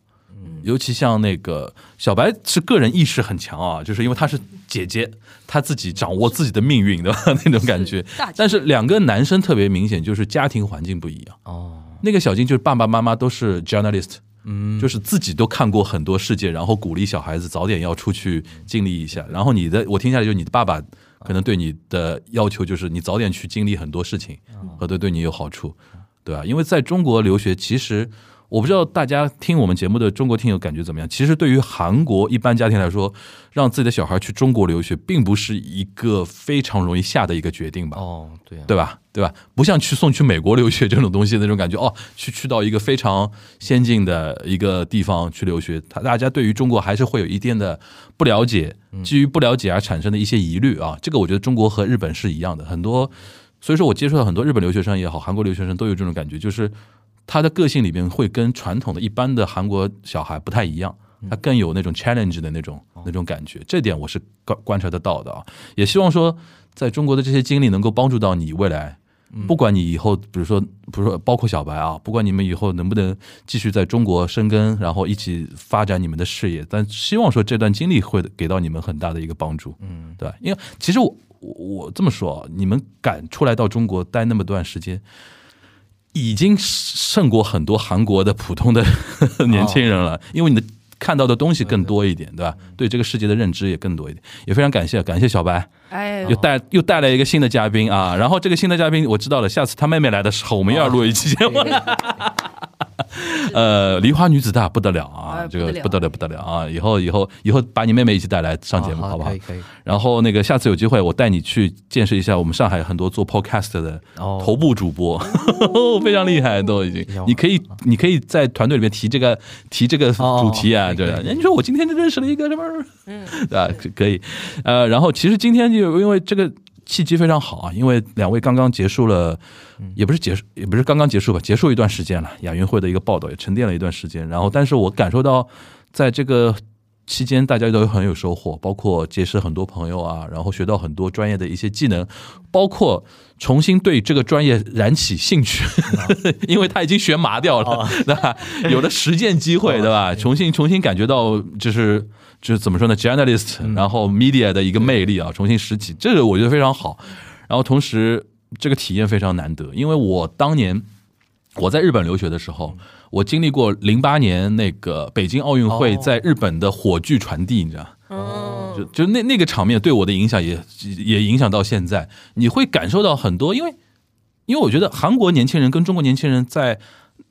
B: 尤其像那个小白是个人意识很强啊，就是因为她是姐姐，她自己掌握自己的命运的 那种 感觉
E: 大姐。
B: 但是两个男生特别明显，就是家庭环境不一样。
F: 哦，
B: 那个小金就是爸爸妈妈都是 journalist，
F: 嗯，
B: 就是自己都看过很多世界，然后鼓励小孩子早点要出去经历一下。然后你的，我听下来就是你的爸爸可能对你的要求就是你早点去经历很多事情，和对对你有好处，对吧、因为在中国留学，其实我不知道大家听我们节目的中国听友感觉怎么样。其实对于韩国一般家庭来说，让自己的小孩去中国留学，并不是一个非常容易下的一个决定吧。
F: 哦，对啊，
B: 对吧？对吧？不像去送去美国留学这种东西那种感觉哦，去去到一个非常先进的一个地方去留学，他大家对于中国还是会有一定的不了解，
F: 嗯
B: 基于不了解而产生的一些疑虑啊。这个我觉得中国和日本是一样的，很多，所以说我接触到很多日本留学生也好，韩国留学生都有这种感觉，就是他的个性里面会跟传统的一般的韩国小孩不太一样。
F: 嗯
B: 他更有那种 challenge 的那种
F: 哦
B: 那种感觉，这点我是观观察得到的啊。也希望说，在中国的这些经历能够帮助到你未来，不管你以后，比如说，比如说包括小白啊，不管你们以后能不能继续在中国生根，然后一起发展你们的事业，但希望说这段经历会给到你们很大的一个帮助，嗯，对吧？因为其实我我我这么说啊，你们敢出来到中国待那么段时间。已经胜过很多韩国的普通的 年轻人了，因为你的看到的东西更多一点，对吧？对这个世界的认知也更多一点，也非常感谢，感谢小白，
E: 哎，
B: 又带又带来一个新的嘉宾啊，然后这个新的嘉宾我知道了，下次他妹妹来的时候，我们又要录一期节目。呃，梨花女子大不得了啊！
E: 哎
B: 这个
E: 不得
B: 不得
E: 了
B: 了不得了啊！以后以后以后把你妹妹一起带来上节目，
F: 啊
B: 好不好
F: 可以？可以，
B: 然后那个下次有机会，我带你去见识一下我们上海很多做 podcast 的
F: 哦
B: 头部主播， 非常厉害，都已经
F: 行。
B: 你可以，你可以在团队里面提这个提这个
F: 哦
B: 主题啊，
F: 可以
B: 对
F: 可以可以
B: 你说我今天就认识了一个什么，嗯， 啊，可可以，呃，然后其实今天就因为这个。契机非常好啊，因为两位刚刚结束了，
F: 嗯
B: 也不是结束，也不是刚刚结束吧，结束一段时间了，亚运会的一个报道也沉淀了一段时间。然后，但是我感受到，在这个期间大家都很有收获，包括结识很多朋友啊，然后学到很多专业的一些技能，包括重新对这个专业燃起兴趣，因为他已经学麻掉了， 对吧？有了实践机会，对吧？重新重新感觉到就是。就是怎么说呢，journalist，然后 media 的一个魅力啊，重新拾起，这个我觉得非常好。然后同时，这个体验非常难得，因为我当年我在日本留学的时候，我经历过零八年那个北京奥运会在日本的火炬传递，你知道。
E: 嗯
B: 就就那那个场面对我的影响也也影响到现在，你会感受到很多，因为因为我觉得韩国年轻人跟中国年轻人在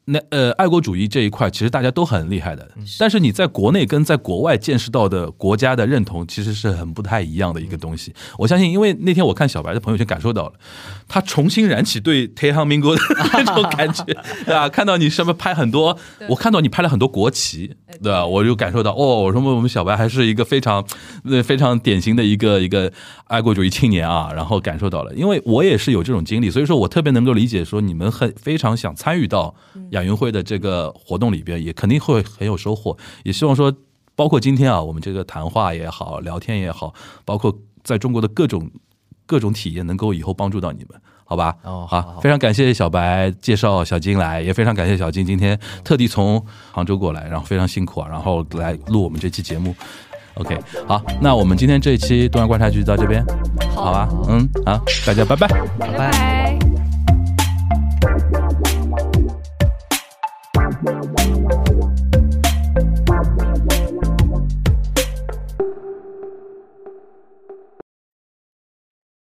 B: 那呃爱国主义这一块，其实大家都很厉害的，但是你在国内跟在国外见识到的国家的认同，其实是很不太一样的一个东西。我相信，因为那天我看小白的朋友圈感受到了，他重新燃起对台航民国的那种感觉，对吧？看到你什么拍很多，我看到你拍了很多国旗，对吧？我就感受到哦，我说我们小白还是一个非常呃非常典型的一个一个爱国主义青年啊，然后感受到了，因为我也是有这种经历，所以说我特别能够理解说你们很非常想参与到亚运会的这个活动里边，也肯定会很有收获，也希望说。包括今天啊，我们这个谈话也好，聊天也好，包括在中国的各种各种体验，能够以后帮助到你们，好吧？
F: 哦好
B: 好，非常感谢小白介绍小金来，也非常感谢小金今天特地从杭州过来，然后非常辛苦啊，然后来录我们这期节目。OK，好，那我们今天这一期东阳观察局就到这边，好吧？嗯，好，大家拜拜。
A: 拜拜。